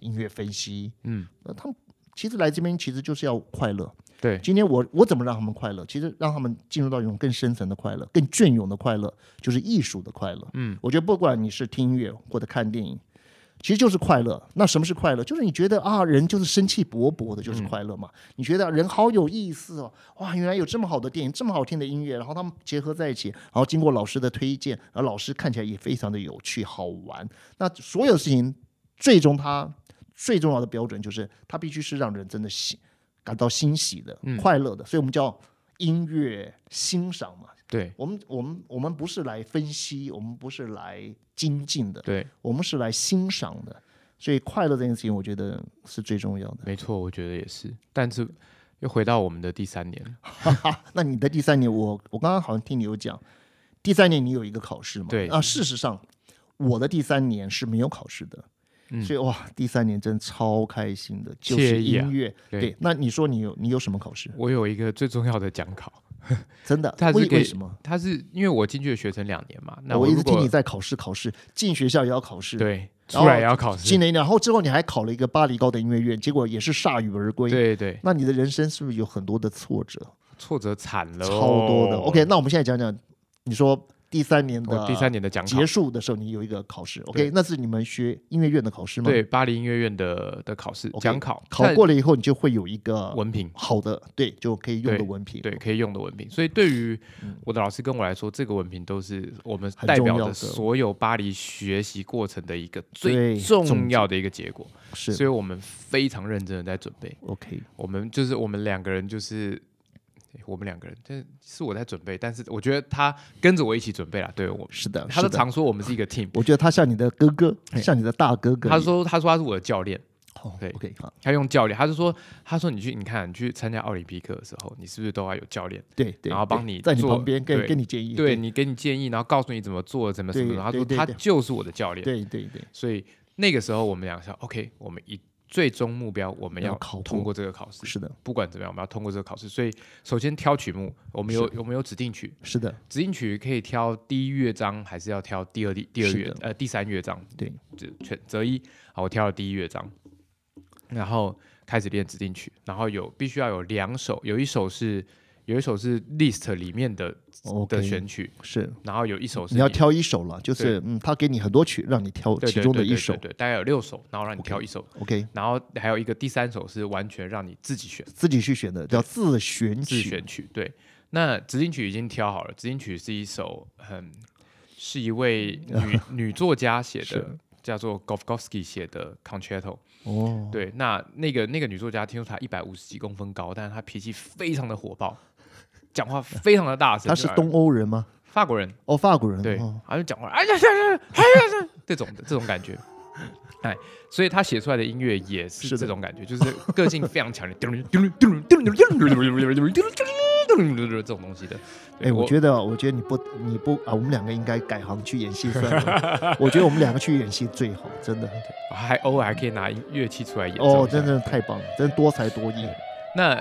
S2: 音乐分析？
S1: 嗯
S2: 呃，他们其实来这边其实就是要快乐。
S1: 对，
S2: 今天我我怎么让他们快乐？其实让他们进入到一种更深层的快乐、更隽永的快乐，就是艺术的快乐。
S1: 嗯，
S2: 我觉得不管你是听音乐或者看电影，其实就是快乐。那什么是快乐？就是你觉得啊，人就是生气勃勃的，就是快乐嘛。你觉得人好有意思哦，哇，原来有这么好的电影，这么好听的音乐，然后他们结合在一起，然后经过老师的推荐，而老师看起来也非常的有趣好玩。那所有事情最终它最重要的标准就是它必须是让人真的喜感到欣喜的、
S1: 嗯
S2: 快乐的，所以我们叫音乐欣赏嘛。
S1: 对
S2: 我们我们我们不是来分析，我们不是来精进的，
S1: 对，
S2: 我们是来欣赏的。所以快乐这件事情，我觉得是最重要的。
S1: 没错，我觉得也是。但是又回到我们的第三 年，
S2: 那你的第三年，我我刚刚好像听你有讲，第三年你有一个考试嘛？
S1: 对
S2: 啊，事实上我的第三年是没有考试的，
S1: 嗯
S2: 所以哇，第三年真超开心的，就
S1: 惬
S2: 是
S1: 意啊
S2: 音乐。
S1: 对
S2: 对，那你说你有你有什么考试？
S1: 我有一个最重要的讲考，
S2: 真的
S1: 它？是
S2: 为
S1: 给
S2: 为什么？
S1: 它是因为我进去的学成两年嘛，那
S2: 我一
S1: 如
S2: 直听
S1: 果
S2: 你在考试，考试进学校也要考试，，
S1: 对
S2: 然
S1: 出
S2: 后
S1: 来也要考试
S2: 进，了一年，然后之后你还考了一个巴黎高等音乐院，结果也是铩羽而归。
S1: 对对，
S2: 那你的人生是不是有很多的挫折？
S1: 挫折惨了哦，
S2: 超多的。OK，那我们现在讲讲，你说第三年的
S1: 我第三年的讲考
S2: 结，束的时候，你有一个考试
S1: 对
S2: ，OK，那是你们学音乐院的考试吗？
S1: 对，巴黎音乐院的的考试
S2: OK，
S1: 讲考，
S2: 考过了以后，你就会有一个
S1: 文凭，
S2: 好的，对，就可以用的文凭，
S1: 对，，可以用的文凭。所以对于我的老师跟我来说，这个文凭都是我们
S2: 嗯很
S1: 代
S2: 重
S1: 表
S2: 要
S1: 着
S2: 的
S1: 所有巴黎学习过程的一个最
S2: 对
S1: 重
S2: 重
S1: 要的一个结果。所
S2: 是
S1: 以我们非常认真的在准备。
S2: OK，
S1: 我们就是我们两个人就是。诶我们两个人，但是我在准备，但是我觉得他跟着我一起准备啦。对我，
S2: 是的，
S1: 他
S2: 呃是
S1: 都
S2: 的。
S1: 常说我们是一个 team。
S2: 我觉得他像你的哥哥
S1: 哎，
S2: 像你的大哥哥一样。
S1: 他说，他说他是我的教练，
S2: 哦
S1: 对
S2: ，OK，好，
S1: 他用教练，他是说，他说你去，你看你去参加奥林匹克的时候，你是不是都要有教练？
S2: 对对，
S1: 然后帮
S2: 对
S1: 你
S2: 在你
S1: 做
S2: 旁边给
S1: 对
S2: 给你建议，
S1: 对你给你建议，然后告诉你怎么做，怎么什么
S2: 对
S1: 的。他
S2: 对
S1: 说
S2: 对
S1: 他
S2: 对
S1: 就是我的教练，
S2: 对对对，
S1: 所以那个时候我们俩想，OK，我们一最终目标我们
S2: 要
S1: 要
S2: 考
S1: 通
S2: 过
S1: 过这个考试，
S2: 是的，
S1: 不管怎么样，我们要通过这个考试。所以首先挑曲目，我们有我们有指定曲，
S2: 是的，
S1: 指定曲可以挑第一乐章，还是要挑第二第第二
S2: 是
S1: 乐
S2: 的
S1: 呃第三乐章？
S2: 对，
S1: 就选择一。好，我挑了第一乐章，然后开始练指定曲，然后有必须要有两首，有一首是有一首是 list 里面的的
S2: OK
S1: 选曲，
S2: 是
S1: 然后有一首是
S2: 你要
S1: 你
S2: 挑一首了，就是嗯，他给你很多曲，让你挑
S1: 对
S2: 其
S1: 对
S2: 中
S1: 对
S2: 的一
S1: 对
S2: 首
S1: 对对，大概有六首，然后让你
S2: OK
S1: 挑一首
S2: ，OK，
S1: 然后还有一个第三首是完全让你自己选
S2: 自己去选的，叫自选
S1: 自
S2: 曲，
S1: 选曲。对，那指定曲已经挑好了，指定曲是一首很是一位 女女作家写的
S2: 是，
S1: 叫做 Govsky 写的 Concerto。
S2: 哦，
S1: 对，那那个那个女作家，听说她一百五十几公分高，但是她脾气非常的火爆，讲话非常的大声。
S2: 他是
S1: 就
S2: 东欧人吗？
S1: 法国人，
S2: 哦，法国人，
S1: 对
S2: 哦，
S1: 好像讲话，哎呀呀呀，哎呀呀，这种的这种感 觉，哎，所以他写出来的音乐也
S2: 是
S1: 是
S2: 的
S1: 这种感觉，就是个性非常强烈，这种东西的。
S2: 哎，我
S1: 得
S2: 觉得，我觉得你不，你不啊，我们两个应该改行去演戏算 了。我觉得我们两个去演戏最好，真的。
S1: 还偶尔还可以拿乐器出来演奏
S2: 哦
S1: 一，下
S2: 真的太棒了，真多才多艺。
S1: 那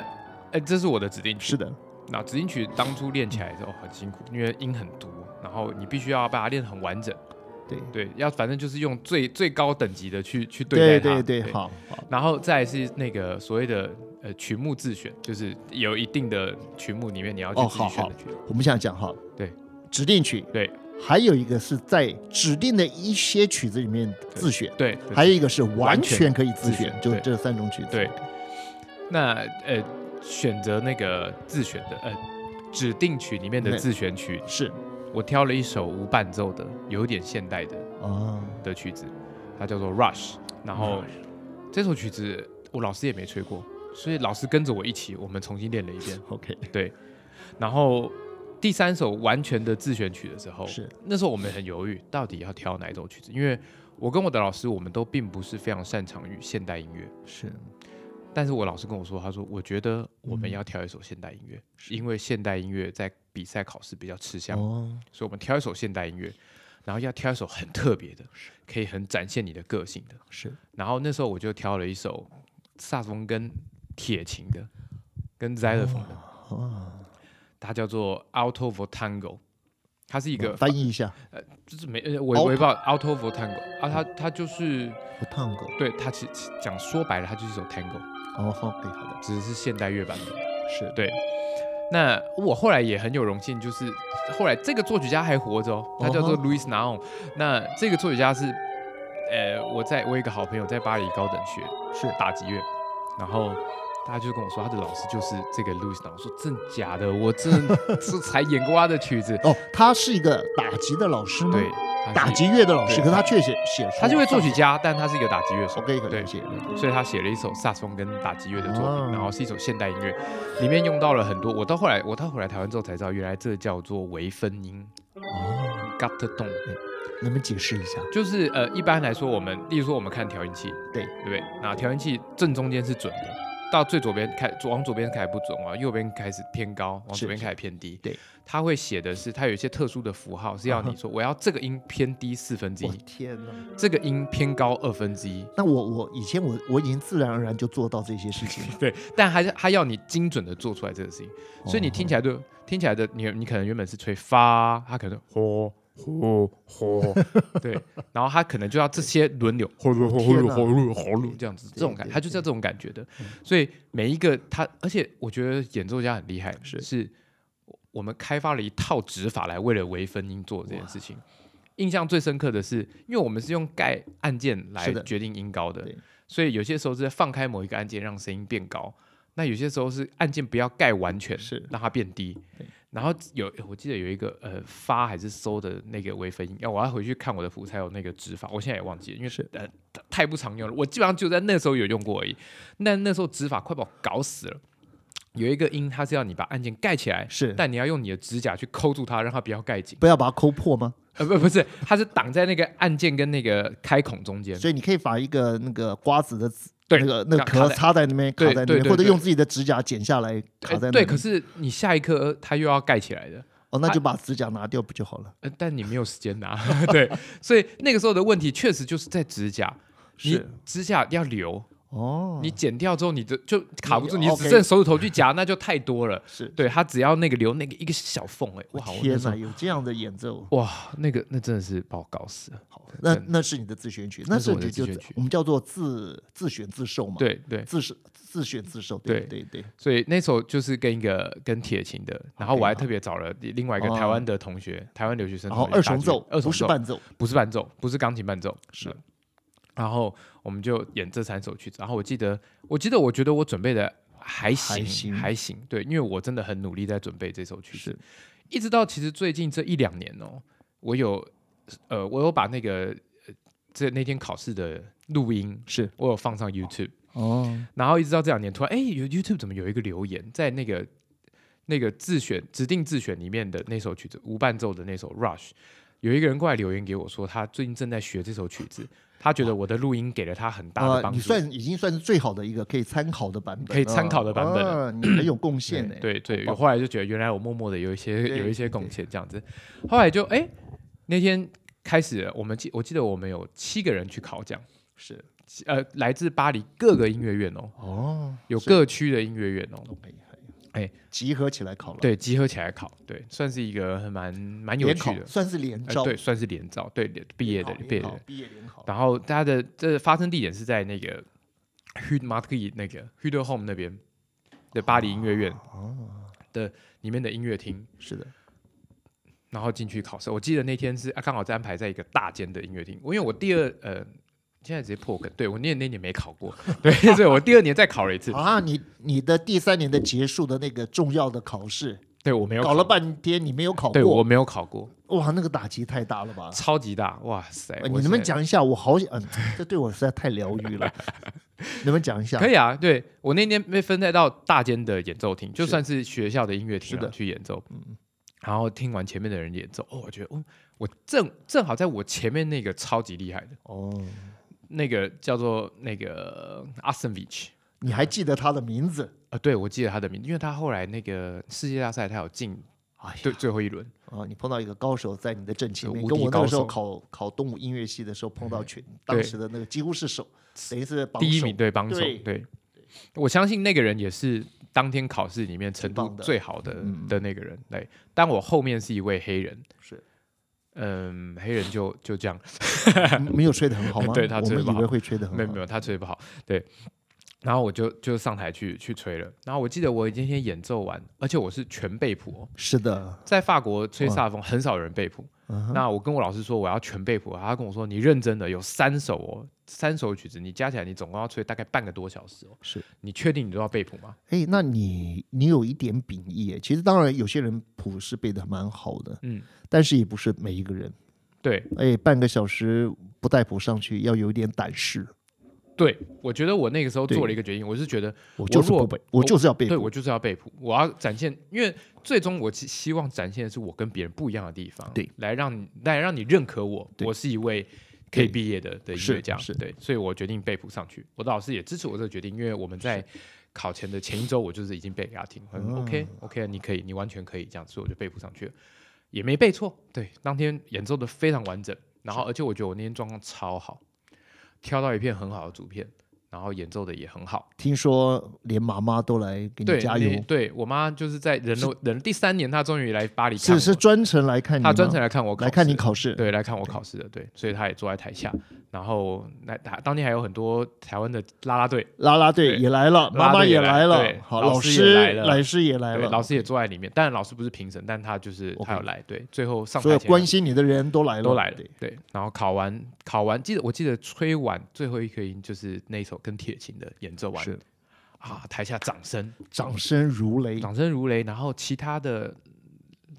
S1: 哎，这是我的指定曲
S2: 是。的，
S1: 那指定曲当初练起来的时候很辛苦，因为音很多，然后你必须要把它练得很完整，
S2: 对，
S1: 对，要反正就是用最最高等级的去去
S2: 对
S1: 待它。
S2: 对，好好，
S1: 然后再来是那个所谓的呃曲目自选，就是有一定的曲目里面你要去
S2: 哦
S1: 自己选
S2: 好
S1: 的曲。
S2: 我们现在讲哈，
S1: 对，
S2: 指定曲，
S1: 对，
S2: 还有一个是在指定的一些曲子里面自选，
S1: 对，
S2: 还有一个是
S1: 完
S2: 完
S1: 全
S2: 全可以自
S1: 自选
S2: 选，就
S1: 对
S2: 这三种曲子。
S1: 对那呃选择那个自选的呃指定曲里面的
S2: 对
S1: 自选曲，
S2: 是
S1: 我挑了一首无伴奏的，有点现代的
S2: 啊，
S1: 的曲子。它叫做 Rush。然后
S2: 嗯
S1: 这首曲子我老师也没吹过，所以老师跟着我一起，我们重新练了一遍。
S2: OK，
S1: 然后第三首完全的自选曲的时候，
S2: 是
S1: 那时候我们很犹豫，到底要挑哪一首曲子，因为我跟我的老师，我们都并不是非常擅长于现代音乐。
S2: 是
S1: 但是我老师跟我说，他说我觉得我们要挑一首现代音
S2: 嗯
S1: 乐，因为现代音乐在比赛考试比较吃香，
S2: 哦，
S1: 所以我们挑一首现代音乐，然后要挑一首很特别的，可以很展现你的个性的。
S2: 是
S1: 然后那时候我就挑了一首萨克斯风跟铁琴的，跟 xylophone 的，
S2: 哦，
S1: 它叫做 Alto for Tango，它是一个
S2: 翻译一下，
S1: 就是没呃我
S2: Alto
S1: 我也不知道 Alto for Tango 啊，它它就是
S2: 不烫过。
S1: 对它其其讲说白了，它就是一首 Tango，
S2: 哦，OK，好的，
S1: 只是现代乐版本。
S2: 是
S1: 对，那我后来也很有荣幸，就是后来这个作曲家还活着哦，他叫做
S2: 哦
S1: Louis Naon。那这个作曲家是，呃，我在我有一个好朋友在巴黎高等学
S2: 是
S1: 打击乐，然后。大家就跟我说，他的老师就是这个 Louis Naon。我说真的假的？我真 的这才演过他的曲子。
S2: 哦，他是一个打击的老师吗？
S1: 对，，他是
S2: 打击乐的老师，
S1: 对
S2: 可是他却写写出
S1: 他是位作曲家，但他是一个打击乐手。
S2: ，OK，可以
S1: 对
S2: 理解，了解
S1: 所以他写了一首萨克斯风跟打击乐的作品，
S2: 哦
S1: 然后是一首现代音乐，里面用到了很多。我到后来，我到后来台湾之后才知道，原来这叫做微分音
S2: 哦，
S1: g a t t o n
S2: 能不能解释一下？
S1: 就是呃，一般来说我们，例如说我们看调音器，
S2: 对
S1: 对不对？那调音器正中间是准的，到最左边开，往左边开始不准，往右边开始偏高，往
S2: 是
S1: 左边
S2: 是
S1: 开始偏低。
S2: 对，
S1: 它会写的是，它有一些特殊的符号是要
S2: 啊
S1: 你
S2: 哈
S1: 说，我要这个音偏低四分之
S2: 我
S1: 一，
S2: 天哪！
S1: 这个音偏高二分之一，，
S2: 那我我以前我我已经自然而然就做到这些事情了
S1: 对，但还是他要你精准的做出来这个事情，所以你听起
S2: 来
S1: 来就、听起来的你你可能原本是吹发，他可能吼吼吼， 对，然后他可能就要这些轮流吼噜吼噜吼噜吼噜这样子，这种感
S2: 对嗯
S1: 他就是要这种感觉的，所以每一个他，而且我觉得演奏家很厉害，
S2: 是
S1: 是我们开发了一套指法来为了微分音做这件事情。印象最深刻的是，因为我们是用盖按键来
S2: 是的
S1: 决定音高的，
S2: 对
S1: 所以有些时候是在放开某一个按键让声音变高，那有些时候是按键不要盖完全，
S2: 是
S1: 让它变低
S2: 对。
S1: 然后有我记得有一个呃发还是收的那个微分音，要我要回去看我的谱才有那个指法，我现在也忘记了，因为
S2: 是
S1: 呃太不常用了，我基本上就在那时候有用过而已。但那时候指法快把我搞死了。有一个音，它是要你把按键盖起来，
S2: 是
S1: 但你要用你的指甲去抠住它，让它不要盖紧。
S2: 不要把它抠破吗？
S1: 呃，不，不是，它是挡在那个按键跟那个开孔中间。
S2: 所以你可以把一个那个瓜子的籽
S1: 对
S2: 那个那个
S1: 卡卡
S2: 壳
S1: 在
S2: 插在那边，卡
S1: 对
S2: 在那
S1: 对
S2: 边，
S1: 对
S2: 或者
S1: 对
S2: 用自己的指甲剪下来卡
S1: 哎
S2: 在那
S1: 对，
S2: 边。
S1: 可是你下一刻呃它又要盖起来的，
S2: 哦，那就把指甲拿掉不就好了？
S1: 呃但你没有时间拿， 对，所以那个时候的问题确实就是在指甲，你
S2: 是
S1: 指甲要留，
S2: 哦，
S1: 你剪掉之后你的就卡不住，
S2: 你哦
S1: 你只
S2: OK
S1: 剩手指头去夹，那就太多了。
S2: 是
S1: 对，它只要那个留那个一个小缝，哎，
S2: 我
S1: 哇，我那
S2: 天
S1: 时
S2: 哪，
S1: 候
S2: 有这样的演奏，
S1: 哇，那个那真的是把我搞死了。
S2: 那
S1: 真
S2: 那是你的自选曲，
S1: 那
S2: 那
S1: 是我的
S2: 你就
S1: 自选曲
S2: 我们叫做自自选自受嘛，，
S1: 对对，
S2: 自是自选自受，对对对，
S1: 所以那首就是跟一个跟铁琴的，然后我还特别找了另外一个
S2: 哦
S1: 台湾的同学，台湾留学生
S2: 然
S1: 同学
S2: 后
S1: 打击，
S2: 二重奏
S1: 二重
S2: 不是
S1: 奏，
S2: 伴奏，
S1: 不是伴奏，不是钢琴伴奏，
S2: 是
S1: 嗯。然后我们就演这三首曲子，然后我记得，我记得，我觉得我准备的还行，
S2: 还行
S1: 对，因为我真的很努力在准备这首曲子，一直到其实最近这一两年哦，我有，呃，我有把那个、呃这那天考试的录音，
S2: 是
S1: 我有放上 YouTube，
S2: 哦，
S1: 然后一直到这两年，突然哎，有 YouTube 怎么有一个留言在那个那个自选指定自选里面的那首曲子无伴奏的那首 Rush，有一个人过来留言给我说，他最近正在学这首曲子，他觉得我的录音给了他很大的
S2: 啊，
S1: 帮
S2: 你
S1: 助。
S2: 算已经算是最好的一个可以参考的版本了，
S1: 可以参考的版本了嗯
S2: 啊，你很有贡献
S1: 对
S2: 诶，
S1: 对对，
S2: 好
S1: 我
S2: 棒
S1: 后来就觉得原来我默默的有一些
S2: 对
S1: 有一些贡献这样子，后来就哎那天开始，我们记我记得我们有七个人去考奖，
S2: 是
S1: 呃，来自巴黎各个音乐院哦，
S2: 哦，
S1: 有
S2: 是
S1: 各区的音乐院哦，
S2: 哎哎
S1: 哎
S2: 集合起来考了，，
S1: 对，集合起来考，对，算是一个很蛮蛮有
S2: 联
S1: 趣
S2: 考
S1: 的，
S2: 算是联
S1: 呃
S2: 招，
S1: 对，算是联招，对，联毕业
S2: 联
S1: 的
S2: 考，
S1: 毕业
S2: 联考
S1: 的。
S2: 毕业联考，
S1: 然后它的这发生地点是在那个 Hud m a r k e 那个 h u d e Home 那边的巴黎音乐院
S2: 哦，
S1: 里面的音乐厅，
S2: 是的，
S1: 然后进去考试。我记得那天是啊刚好在安排在一个大间的音乐厅，我因为我第二呃现在直接破梗，对我念那年没考过，对，所以我第二年再考了一次，
S2: 啊，你你的第三年的结束的那个重要的考试，
S1: 对我没有
S2: 搞了
S1: 考
S2: 半天你没有考
S1: 对我
S2: 过，
S1: 没有考过，
S2: 哇，那个打击太大了吧！
S1: 超级大，哇塞！
S2: 呃
S1: 我
S2: 你能
S1: 现
S2: 不
S1: 在
S2: 能讲一下？我好想，嗯，这对我实在太疗愈 了。能不能讲一下？
S1: 可
S2: 以，
S1: 以啊，对我那天被分配到大间的演奏厅，就是算是学校的音乐厅、
S2: 是
S1: 啊、
S2: 的嗯
S1: 去演奏。然后听完前面的人演奏，哦，我觉得，哦，我正正好在我前面那个超级厉害的，
S2: 哦，
S1: 那个叫做那个 a s t o n v i c h
S2: 你还记得他的名字？
S1: 呃，对，我记得他的名字，因为他后来那个世界大赛他有进
S2: 哎呀
S1: 最最后一轮，
S2: 啊，你碰到一个高手在你的正前面，
S1: 无
S2: 跟
S1: 敌
S2: 我那
S1: 高
S2: 个时候
S1: 手嗯
S2: 考考动物音乐系的时候碰到全当
S1: 对
S2: 时的那个几乎是手，等于是榜
S1: 第一
S2: 首
S1: 名对帮手
S2: 对
S1: 对。我相信那个人也是当天考试里面程
S2: 最
S1: 度
S2: 棒的
S1: 最好的的
S2: 嗯
S1: 那个人。对，但我后面是一位黑人，
S2: 是
S1: 嗯，黑人就就这样，
S2: 没有吹得很好 吗？
S1: 对他
S2: 我
S1: 吹得
S2: 们
S1: 不
S2: 以
S1: 好
S2: 为会吹 得很好，
S1: 没有没有，他吹不好，对。然后我就就上台去去吹了。然后我记得我今天演奏完，而且我是全背谱、哦，
S2: 是的，
S1: 在法国吹萨克斯风很少有人背谱。
S2: 嗯哼
S1: 那我跟我老师说我要全背谱，他跟我说你认真的有三首哦，三首曲子你加起来你总共要吹大概半个多小时哦。
S2: 是，
S1: 你确定你都要背谱吗？
S2: 哎，那你你有一点秉义耶。其实当然有些人谱是背得蛮好的，
S1: 嗯，
S2: 但是也不是每一个人。
S1: 对
S2: 哎，半个小时不带谱上去，要有一点胆识。
S1: 对，我觉得我那个时候
S2: 对
S1: 做了一个决定，我是觉得
S2: 我就是
S1: 如
S2: 不
S1: 果
S2: 背，我就是要背
S1: 对
S2: 谱。
S1: 我就是要背谱，我要展现，因为最终我希希望展现的是我跟别人不一样的地方，
S2: 对，
S1: 来让你来让你认可我，
S2: 对
S1: 我是一位可以
S2: 对
S1: 毕业的的音
S2: 是
S1: 乐家，
S2: 是
S1: 对，所以我决定背谱上去。我的老师也支持我这个决定，因为我们在考前的前一周，我就是已经背给他听，很
S2: 嗯
S1: OK OK，你可以，你完全可以这样，所以我就背谱上去了，也没背错，对，当天演奏的非常完整，然后而且我觉得我那天状况超好，挑到一片很好的主片，然后演奏的也很好。
S2: 听说连妈妈都来给
S1: 对，
S2: 你加
S1: 你
S2: 油，
S1: 对我妈就是在人了人第三年，她终于来巴黎看
S2: 是
S1: 我，
S2: 是专程来看你吗，
S1: 她专程来看我考
S2: 来看你
S1: 试
S2: 考试。
S1: 对，来看我考试的，对，所以她也坐在台下。然后那她当天还有很多台湾的啦啦队，
S2: 啦啦队
S1: 对
S2: 也来了，
S1: 啦
S2: 妈
S1: 啦
S2: 妈
S1: 队也来
S2: 来
S1: 对
S2: 了，好，
S1: 老
S2: 老
S1: 师也来了
S2: 老师也来
S1: 对，
S2: 了，
S1: 老师也坐在里面，但老师不是评审，但他就是他
S2: OK
S1: 有来，对，最后上
S2: 所
S1: 台
S2: 有
S1: 前
S2: 关心你的人都来了，
S1: 都来了
S2: 对，
S1: 对。然后考完考完，记得我记得吹完最后一颗音就是那一首跟铁琴的演奏完
S2: 是
S1: 啊，台下掌声，
S2: 掌声如雷。
S1: 掌声如雷，然后其他的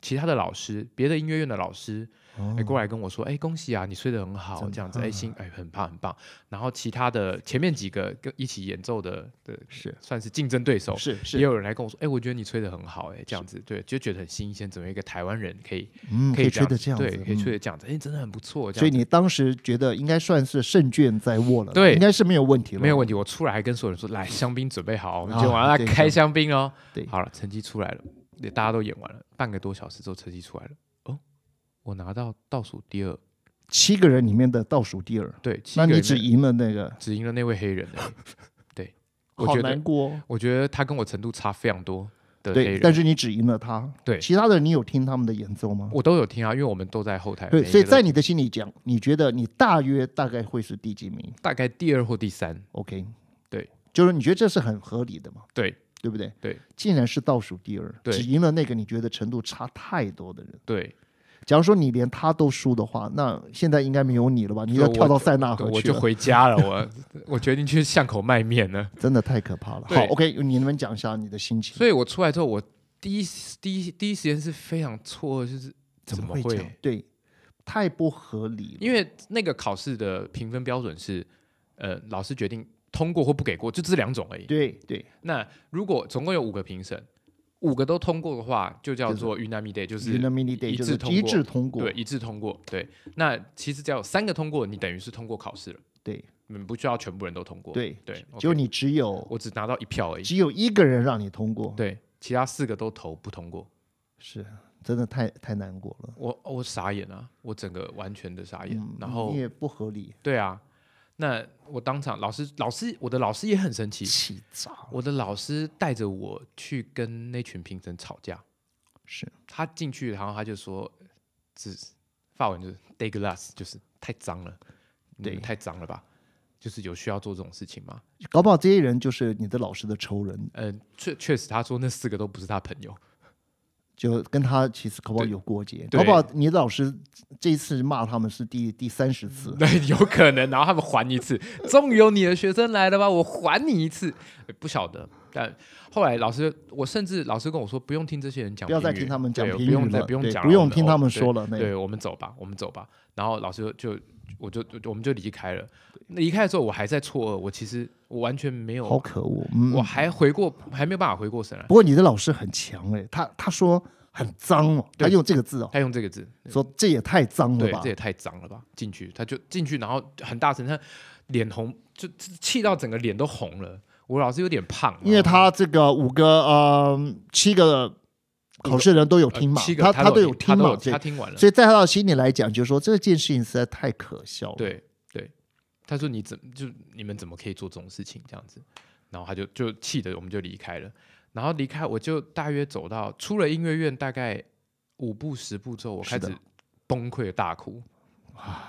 S1: 其他的老师，别的音乐院的老师，哎、
S2: 哦
S1: 过来跟我说，哎、恭喜啊，你睡得很好，
S2: 真嗯
S1: 这样子，
S2: 棒
S1: 哎、心哎、很棒很棒。然后其他的前面几个跟一起演奏的的，
S2: 是
S1: 算是竞争对手，
S2: 是是
S1: 也，有人来跟我说，哎、我觉得你吹得很好、哎，这样子，对，就觉得很新鲜，怎么一个台湾人可以
S2: 嗯，
S1: 以
S2: 以吹
S1: 这
S2: 的这
S1: 样
S2: 样
S1: 子对，
S2: 子，
S1: 可以
S2: 嗯
S1: 吹得这样子，哎、真的很不错，这
S2: 所以
S1: 样子。
S2: 你当时觉得应该算是胜券在握了啦，
S1: 对
S2: 应该是没有问题了，
S1: 没有问题，我出来还跟所有人说，来香槟准备好，我们
S2: 啊
S1: 今天晚上要
S2: 对
S1: 开香槟哦。
S2: 对
S1: 好了，成绩出来了，也大家都演完了，半个多小时之后成绩出来了，哦，我拿到倒数第二，
S2: 七个人里面的倒数第二，
S1: 对，七
S2: 那
S1: 个
S2: 你
S1: 人
S2: 只赢了那个，
S1: 只赢了那位黑人 而已，我
S2: 好
S1: 觉得
S2: 难过哦。
S1: 我觉得他跟我程度差非常多的黑
S2: 对，
S1: 人，
S2: 但是你只赢了他。
S1: 对
S2: 其他的你有听他们的演奏吗？
S1: 我都有听啊，因为我们都在后台，
S2: 对，
S1: 每一
S2: 所以
S1: 个
S2: 在
S1: 都
S2: 你的心里讲，你觉得你大约大概会是第几名
S1: 大概第二或第三，
S2: ？OK，
S1: 对，
S2: 就是你觉得这是很合理的嘛？
S1: 对
S2: 对不对？
S1: 对，
S2: 竟然是倒数第二，
S1: 对
S2: 只赢了那个你觉得程度差太多的人。
S1: 对，
S2: 假如说你连他都输的话，那现在应该没有你了吧？你
S1: 对
S2: 要
S1: 我
S2: 跳到塞纳河
S1: 我
S2: 啊去
S1: 就
S2: 了，
S1: 回家了， 我我决定去巷口卖面了。
S2: 真的太可怕了。
S1: 对
S2: 好，OK，你能不能讲一下你的心情？
S1: 所以我出来之后，我第一第一第一时间是非常错愕，就是怎么
S2: 会这样
S1: 会？
S2: 对，太不合理了。
S1: 因为那个考试的评分标准是，呃，老师决定通过或不给过，就这两种而已。
S2: 对对，
S1: 那如果总共有五个评审，五个都通过的话，就叫做 unanimity day，就是
S2: u n a m i d
S1: 一
S2: y 就
S1: 致
S2: 是
S1: 通
S2: 一
S1: 过
S2: 致通过
S1: 对，一致通过。对，那其实只要有三个通过，你等于是通过考试了，
S2: 对
S1: 你们不需要全部人都通过。
S2: 对
S1: 对，
S2: 就你只有
S1: 我只拿到一票而已。
S2: 只有一个人让你通过，
S1: 对，其他四个都投不通过，
S2: 是真的太太难过了。
S1: 我我傻眼啊，我整个完全的傻眼。
S2: 嗯，
S1: 然后
S2: 你也不合理，
S1: 对啊，那我当场老师老师我的老师也很生气，
S2: 气炸
S1: 我的老师带着我去跟那群评审吵架。
S2: 是
S1: 他进去，然后他就说，只法文就是 d e g l a s 就是太脏了，你们
S2: 对
S1: 太脏了吧？就是有需要做这种事情吗？
S2: 搞不好这些人就是你的老师的仇人，
S1: 嗯、确确实，他说那四个都不是他朋友。
S2: 就跟他其实搞不好
S1: 对
S2: 有过节，
S1: 对嗯
S2: 搞不好你老师这一次骂他们是第第三十次，
S1: 对，有可能。然后他们还一次，终于有你的学生来了吧？我还你一次，呃不晓得。但后来老师，我甚至老师跟我说，不用听这些人讲
S2: 不
S1: 评语，
S2: 要再听他们讲
S1: 对
S2: 评
S1: 不
S2: 语
S1: 用再
S2: 了，
S1: 不用
S2: 对
S1: 讲了，哦
S2: 不用听他们
S1: 对
S2: 说了。那
S1: 对，我们走吧，我们走吧。然后老师就我就我们就离开了。那离开的时候，我还在错愕，我其实我完全没有，
S2: 好可恶。嗯，
S1: 我还回过，还没有办法回过神来。
S2: 不过你的老师很强哎、他他说很脏哦，他
S1: 对
S2: 用这个字哦，
S1: 他用这个字，
S2: 说这也太脏了
S1: 对，
S2: 吧
S1: 这。也太脏了吧！进去，他就进去，然后很大声，他脸红，就气到整个脸都红了。我老师有点胖，
S2: 因为他这个五个呃七个考试人都有
S1: 呃
S2: 听嘛，
S1: 七个
S2: 他
S1: 他
S2: 都有
S1: 听
S2: 听嘛，
S1: 他
S2: 这
S1: 听完了，
S2: 所以在他的心里来讲，就是说这件事情实在太可笑了。，
S1: 对对，他说你怎就你们怎么可以做这种事情这样子？然后他就就气的，我们就离开了。然后离开，我就大约走到出了音乐院，大概五步十步之后，我开
S2: 是的
S1: 始崩溃地大哭。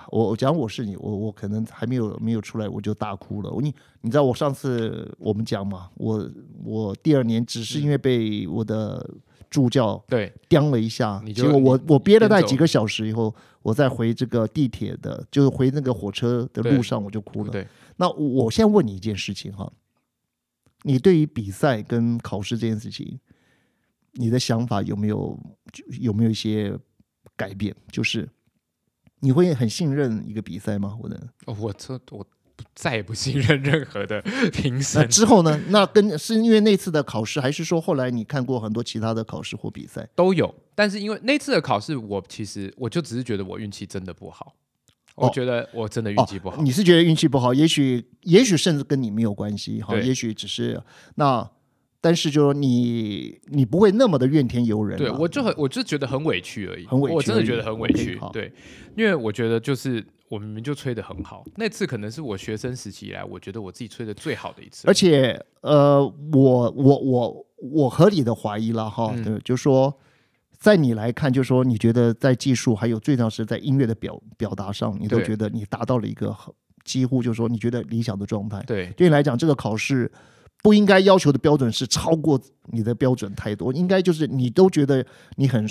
S2: 我我讲我是你，我我可能还没有没有出来我就大哭了。我你你知道我上次我们讲嘛，我我第二年只是因为
S1: 嗯
S2: 被我的助教
S1: 对，
S2: 刁了一下，
S1: 你就
S2: 结果我我憋了大
S1: 边
S2: 概
S1: 走
S2: 几个小时以后，我再回这个地铁的，就是回那个火车的
S1: 对
S2: 路上我就哭了。
S1: 对，
S2: 那我我现在问你一件事情哈，你对于比赛跟考试这件事情，你的想法有没有有没有一些改变？就是你会很信任一个比赛吗？我的
S1: 哦我这我不再也不信任任何的 评
S2: 那
S1: 审，
S2: 之后呢？那跟是因为那次的考试，还是说后来你看过很多其他的考试或比赛？
S1: 都有，但是因为那次的考试，我其实我就只是觉得我运气真的不好，我
S2: 哦
S1: 觉得我真的运气不好。
S2: 你是觉得运气不好？也许也许甚至跟你没有关系哈，
S1: 对
S2: 也许只是那。但是就说你，你不会那么的怨天尤人、啊。
S1: 对，我就很我就觉得很委屈而已，
S2: 很委屈
S1: 我真的觉得
S2: 而已
S1: 很委
S2: OK，
S1: 屈
S2: 好。
S1: 对，因为我觉得就是我明明就吹的很好，那次可能是我学生时期以来，我觉得我自己吹的最好的一次。
S2: 而且呃，我我我我合理的怀疑了哈，
S1: 嗯
S2: 对，就说在你来看，就说你觉得在技术还有最重要是在音乐的表表达上，你都
S1: 对
S2: 觉得你达到了一个很几乎就说你觉得理想的状态。
S1: 对
S2: 对你来讲，这个考试不应该要求的标准是超过你的标准太多，应该就是你都觉得你很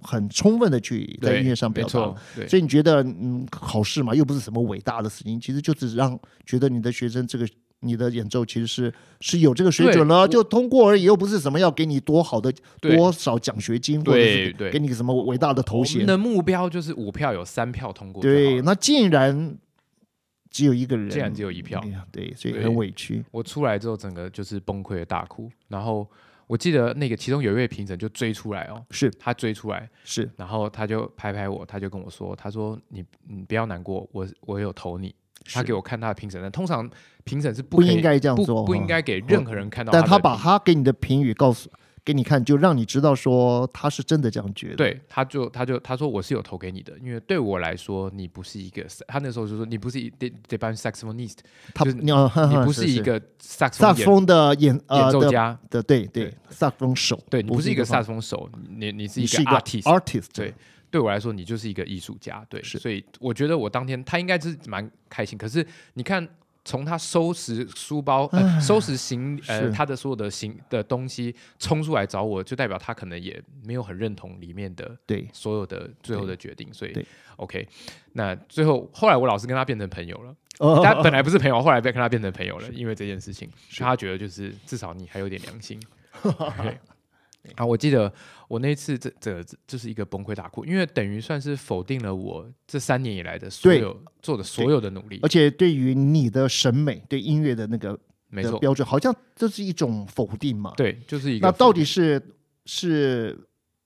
S2: 很充分的去在
S1: 对，
S2: 音乐上
S1: 没
S2: 表达
S1: 错，对
S2: 所以你觉得，嗯，考试嘛，又不是什么伟大的事情，其实就只是让觉得你的学生这个你的演奏其实是是有这个水准了，
S1: 对
S2: 就通过而已，又不是什么要给你多好的
S1: 对
S2: 多少奖学金，或者
S1: 对
S2: 是
S1: 对
S2: 给你个什么伟大的头
S1: 我们
S2: 衔。
S1: 的目标就是五票有三票通过就好了。
S2: 对，那竟然只有一个人，
S1: 竟然只有一票
S2: 哎呀，对，所以
S1: 对
S2: 很委屈。
S1: 我出来之后，整个就是崩溃的大哭。然后我记得那个其中有一位评审就追出来哦，
S2: 是
S1: 他追出来，
S2: 是，
S1: 然后他就拍拍我，他就跟我说：“他说你你不要难过，我我有投你。”他
S2: 是
S1: 给我看他的评审单，通常评审是不
S2: 不
S1: 可以
S2: 应该这样
S1: 不
S2: 做哈，
S1: 不应该给任何人看到的
S2: 但
S1: 评。
S2: 他把他给你的评语告诉给你看，就让你知道说他是真的这样觉得。
S1: 对，他就他就他说我是有投给你的，因为对我来说你不是一个，他那时候就说你不是一这这班 saxophonist，
S2: 他
S1: 就是
S2: 你哦呵
S1: 你
S2: 呵
S1: 不是一个萨克斯
S2: 萨
S1: 风
S2: 克斯
S1: 演
S2: 风的演
S1: 演
S2: 呃
S1: 奏
S2: 的
S1: 家，
S2: 的，对
S1: 对
S2: 对，萨克风手，
S1: 对你不是一个萨
S2: 萨
S1: 克，斯风手，你你是一
S2: 你
S1: 个
S2: 是一个
S1: artist。
S2: artist，
S1: 对，对我来说，你就是一个艺术家，对，
S2: 是
S1: 所以我觉得我当天他应该是蛮开心。可是你看，从他收拾书包、呃、收拾行呃
S2: 是
S1: 他的所有的行的东西冲出来找我，就代表他可能也没有很认同里面的
S2: 对，
S1: 所有的最后的决定，所以
S2: 对
S1: OK。那最后后来我老师跟他变成朋友了，
S2: 哦
S1: 他本来不是朋友，后来被跟他变成朋友了，因为这件事情，
S2: 是
S1: 他觉得就是至少你还有点良 心。对啊，我记得我那一次这这就是一个崩溃大哭，因为等于算是否定了我这三年以来的所
S2: 对
S1: 有做的所有的努力
S2: 而，且对于你的审美对音乐的那个
S1: 没
S2: 的
S1: 错，
S2: 标准，好像这是一种否定嘛。，
S1: 对，就是一个
S2: 那
S1: 否
S2: 到底
S1: 定
S2: 是是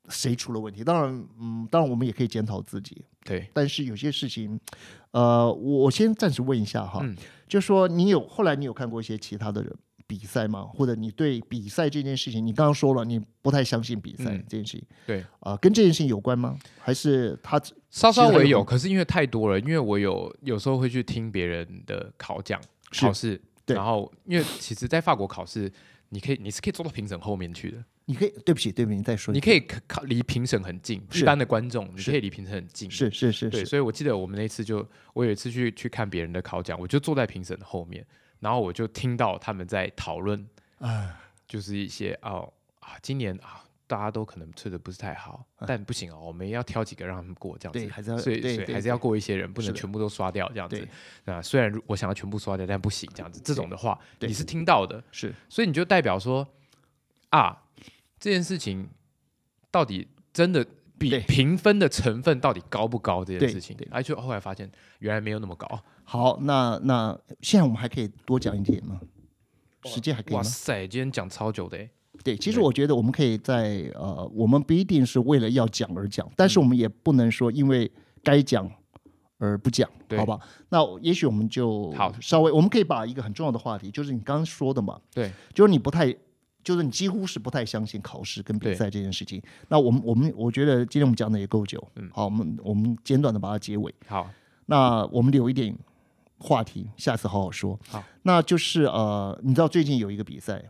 S2: 谁出了问题？当然，嗯，当然我们也可以检讨自己，
S1: 对
S2: 但是有些事情，呃，我我先暂时问一下哈，
S1: 嗯
S2: 就说你有后来你有看过一些其他的人比赛吗？或者你对比赛这件事情，你刚刚说了你不太相信比赛
S1: 嗯
S2: 这件事情
S1: 对，
S2: 啊、跟这件事情有关吗？还是他只
S1: 稍稍
S2: 其实还
S1: 微有，
S2: 有很
S1: 可是因为太多了，因为我有有时候会去听别人的考讲
S2: 是
S1: 考试，
S2: 对
S1: 然后因为其实，在法国考试，你可以你是可以坐到评审后面去的，
S2: 你可以对不起对不起，你再说一
S1: 你
S2: 次，
S1: 可以靠离评审很近，
S2: 是
S1: 一般的观众你
S2: 是
S1: 可以离评审很近，
S2: 是是是
S1: 对，
S2: 是，
S1: 所以我记得我们那一次就我有一次去去看别人的考讲，我就坐在评审的后面，然后我就听到他们在讨论，
S2: 啊，
S1: 就是一些哦啊，今年啊大家都可能吹的不是太好，但不行哦，我们要挑几个让他们过这样子。
S2: 对，还是要
S1: 所以
S2: 对
S1: 所以
S2: 对
S1: 还是要过一些人，不
S2: 是
S1: 能
S2: 的
S1: 全部都刷掉这样子
S2: 对。
S1: 那虽然如我想要全部刷掉，但不行这样子。这种的话，
S2: 对
S1: 你是听到的，
S2: 是
S1: 所以你就代表说啊，这件事情到底真的比
S2: 对
S1: 评分的成分到底高不高这件
S2: 对
S1: 事情
S2: 对，
S1: 而且后来发现原来没有那么高。
S2: 好。那那现在我们还可以多讲一点吗？时间还可以
S1: 哇
S2: 吗？
S1: 塞，今天讲超久的欸，
S2: 对，其实我觉得我们可以在呃，我们不一定是为了要讲而讲，
S1: 嗯
S2: 但是我们也不能说因为该讲而不讲，
S1: 对
S2: 好吧？那也许我们就
S1: 好
S2: 稍微，我们可以把一个很重要的话题，就是你刚刚说的嘛，
S1: 对，
S2: 就是你不太，就是你几乎是不太相信考试跟比
S1: 对
S2: 赛这件事情。那我们我们我觉得今天我们讲的也够久，嗯，好，我们我们简短的把它结尾。
S1: 好，
S2: 那我们留一点话题，下次好好说。
S1: 好，
S2: 那就是呃，你知道最近有一个比赛，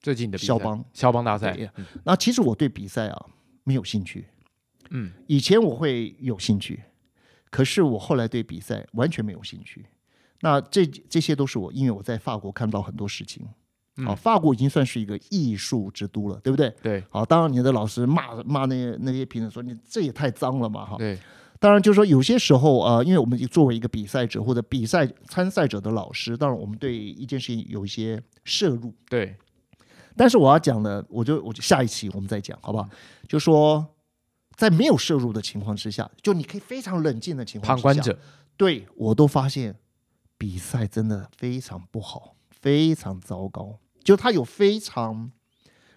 S1: 最近的比赛
S2: 肖邦
S1: 肖邦大赛，
S2: 对那其实我对比赛啊没有兴趣，
S1: 嗯，
S2: 以前我会有兴趣，可是我后来对比赛完全没有兴趣。那这这些都是我，因为我在法国看到很多事情。
S1: 嗯
S2: 啊，法国已经算是一个艺术之都了，对不对？
S1: 对
S2: 好，当然你的老师骂骂那些那些评论说你这也太脏了嘛，哈。
S1: 对
S2: 当然，就是说有些时候，呃，因为我们作为一个比赛者或者比赛参赛者的老师，当然我们对一件事情有一些摄入，
S1: 对，
S2: 但是我要讲的，我就我就下一期我们再讲，好
S1: 嗯
S2: 不好？就说在没有摄入的情况之下，就你可以非常冷静的情况
S1: 旁
S2: 之下，
S1: 观者，
S2: 对我都发现比赛真的非常不好，非常糟糕。就他有非常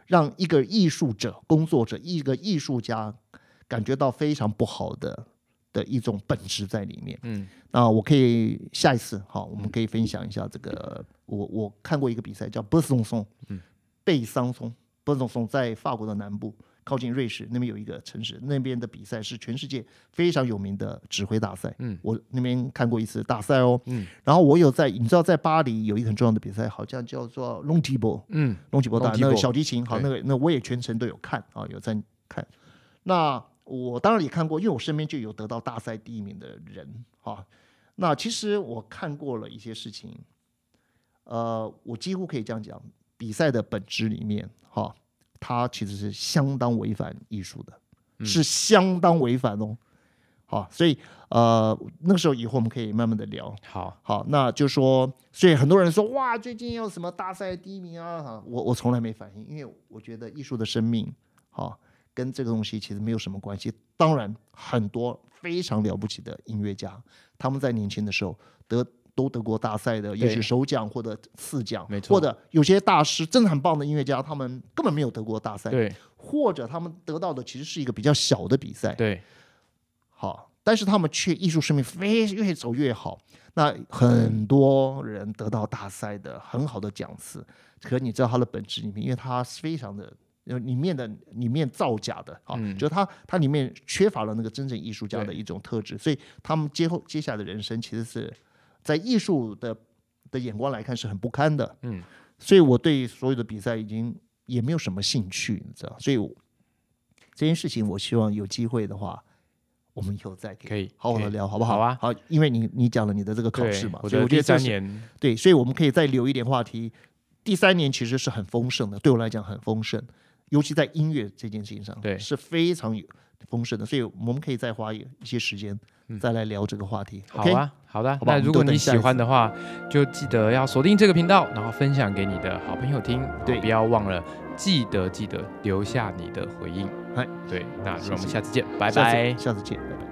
S2: 让一个艺术者、工作者、一个艺术家感觉到非常不好的的一种本质在里面。
S1: 嗯，
S2: 那我可以下一次好，我们可以分享一下这个。我我看过一个比赛叫波松松，嗯，贝桑松，波松松在法国的南部，靠近瑞士那边有一个城市，那边的比赛是全世界非常有名的指挥大赛。
S1: 嗯，
S2: 我那边看过一次大赛哦。
S1: 嗯，
S2: 然后我有在，你知道在巴黎有一个很重要的比赛，好像叫做 l o n t i b o
S1: 嗯，
S2: 龙脊博大
S1: Long
S2: 那
S1: Thibaut，
S2: 个小提琴，好，
S1: 对
S2: 那个那我也全程都有看啊，有在看。那我当然也看过，因为我身边就有得到大赛第一名的人啊。那其实我看过了一些事情，呃，我几乎可以这样讲，比赛的本质里面，哈、它其实是相当违反艺术的，是相当违反哦。好，所以呃，那个时候以后我们可以慢慢的聊。
S1: 好，
S2: 好，那就说，所以很多人说，哇，最近又什么大赛第一名啊？哈我我从来没反应，因为我觉得艺术的生命，好、跟这个东西其实没有什么关系。当然，很多非常了不起的音乐家，他们在年轻的时候得都得过大赛的，也许
S1: 对
S2: 首奖或者次奖，
S1: 没错
S2: 或者有些大师真的很棒的音乐家，他们根本没有得过大赛，
S1: 对
S2: 或者他们得到的其实是一个比较小的比赛。
S1: 对
S2: 好，但是他们却艺术生命非越走越好。那很多人得到大赛的很好的奖次，可你知道它的本质里面，因为它是非常的。呃，里面的里面造假的啊，
S1: 嗯
S2: 就是它它里面缺乏了那个真正艺术家的
S1: 对
S2: 一种特质，所以他们接后接下来的人生其实是在艺术的的眼光来看是很不堪的。
S1: 嗯，
S2: 所以我对所有的比赛已经也没有什么兴趣，你知道，所以我这件事情我希望有机会的话，我们以后再
S1: 可以
S2: 好好
S1: 可
S2: 的
S1: 以
S2: 聊，好不好？
S1: 好啊
S2: 好，因为你你讲了你的这个考
S1: 对
S2: 试嘛，
S1: 我
S2: 所以
S1: 的
S2: 我
S1: 第
S2: 觉得这
S1: 三
S2: 是
S1: 年，
S2: 对，所以我们可以再留一点话题。第三年其实是很丰盛的，对我来讲很丰盛，尤其在音乐这件事情上，
S1: 对
S2: 是非常有丰盛的，所以我们可以再花一一些时间再来聊这个话题。
S1: 嗯好
S2: OK？
S1: 啊，好的。
S2: 好
S1: 那
S2: 吧我们
S1: 如果
S2: 就等
S1: 你
S2: 下
S1: 喜
S2: 一次
S1: 欢的话，就记得要锁定这个频道，然后分享给你的好朋友听。
S2: 对
S1: 不要忘了，记得记得留下你的回应
S2: 哎。
S1: 对，那
S2: 谢谢
S1: 让我们下次见，拜
S2: 下次
S1: 拜。
S2: 下次见，拜拜。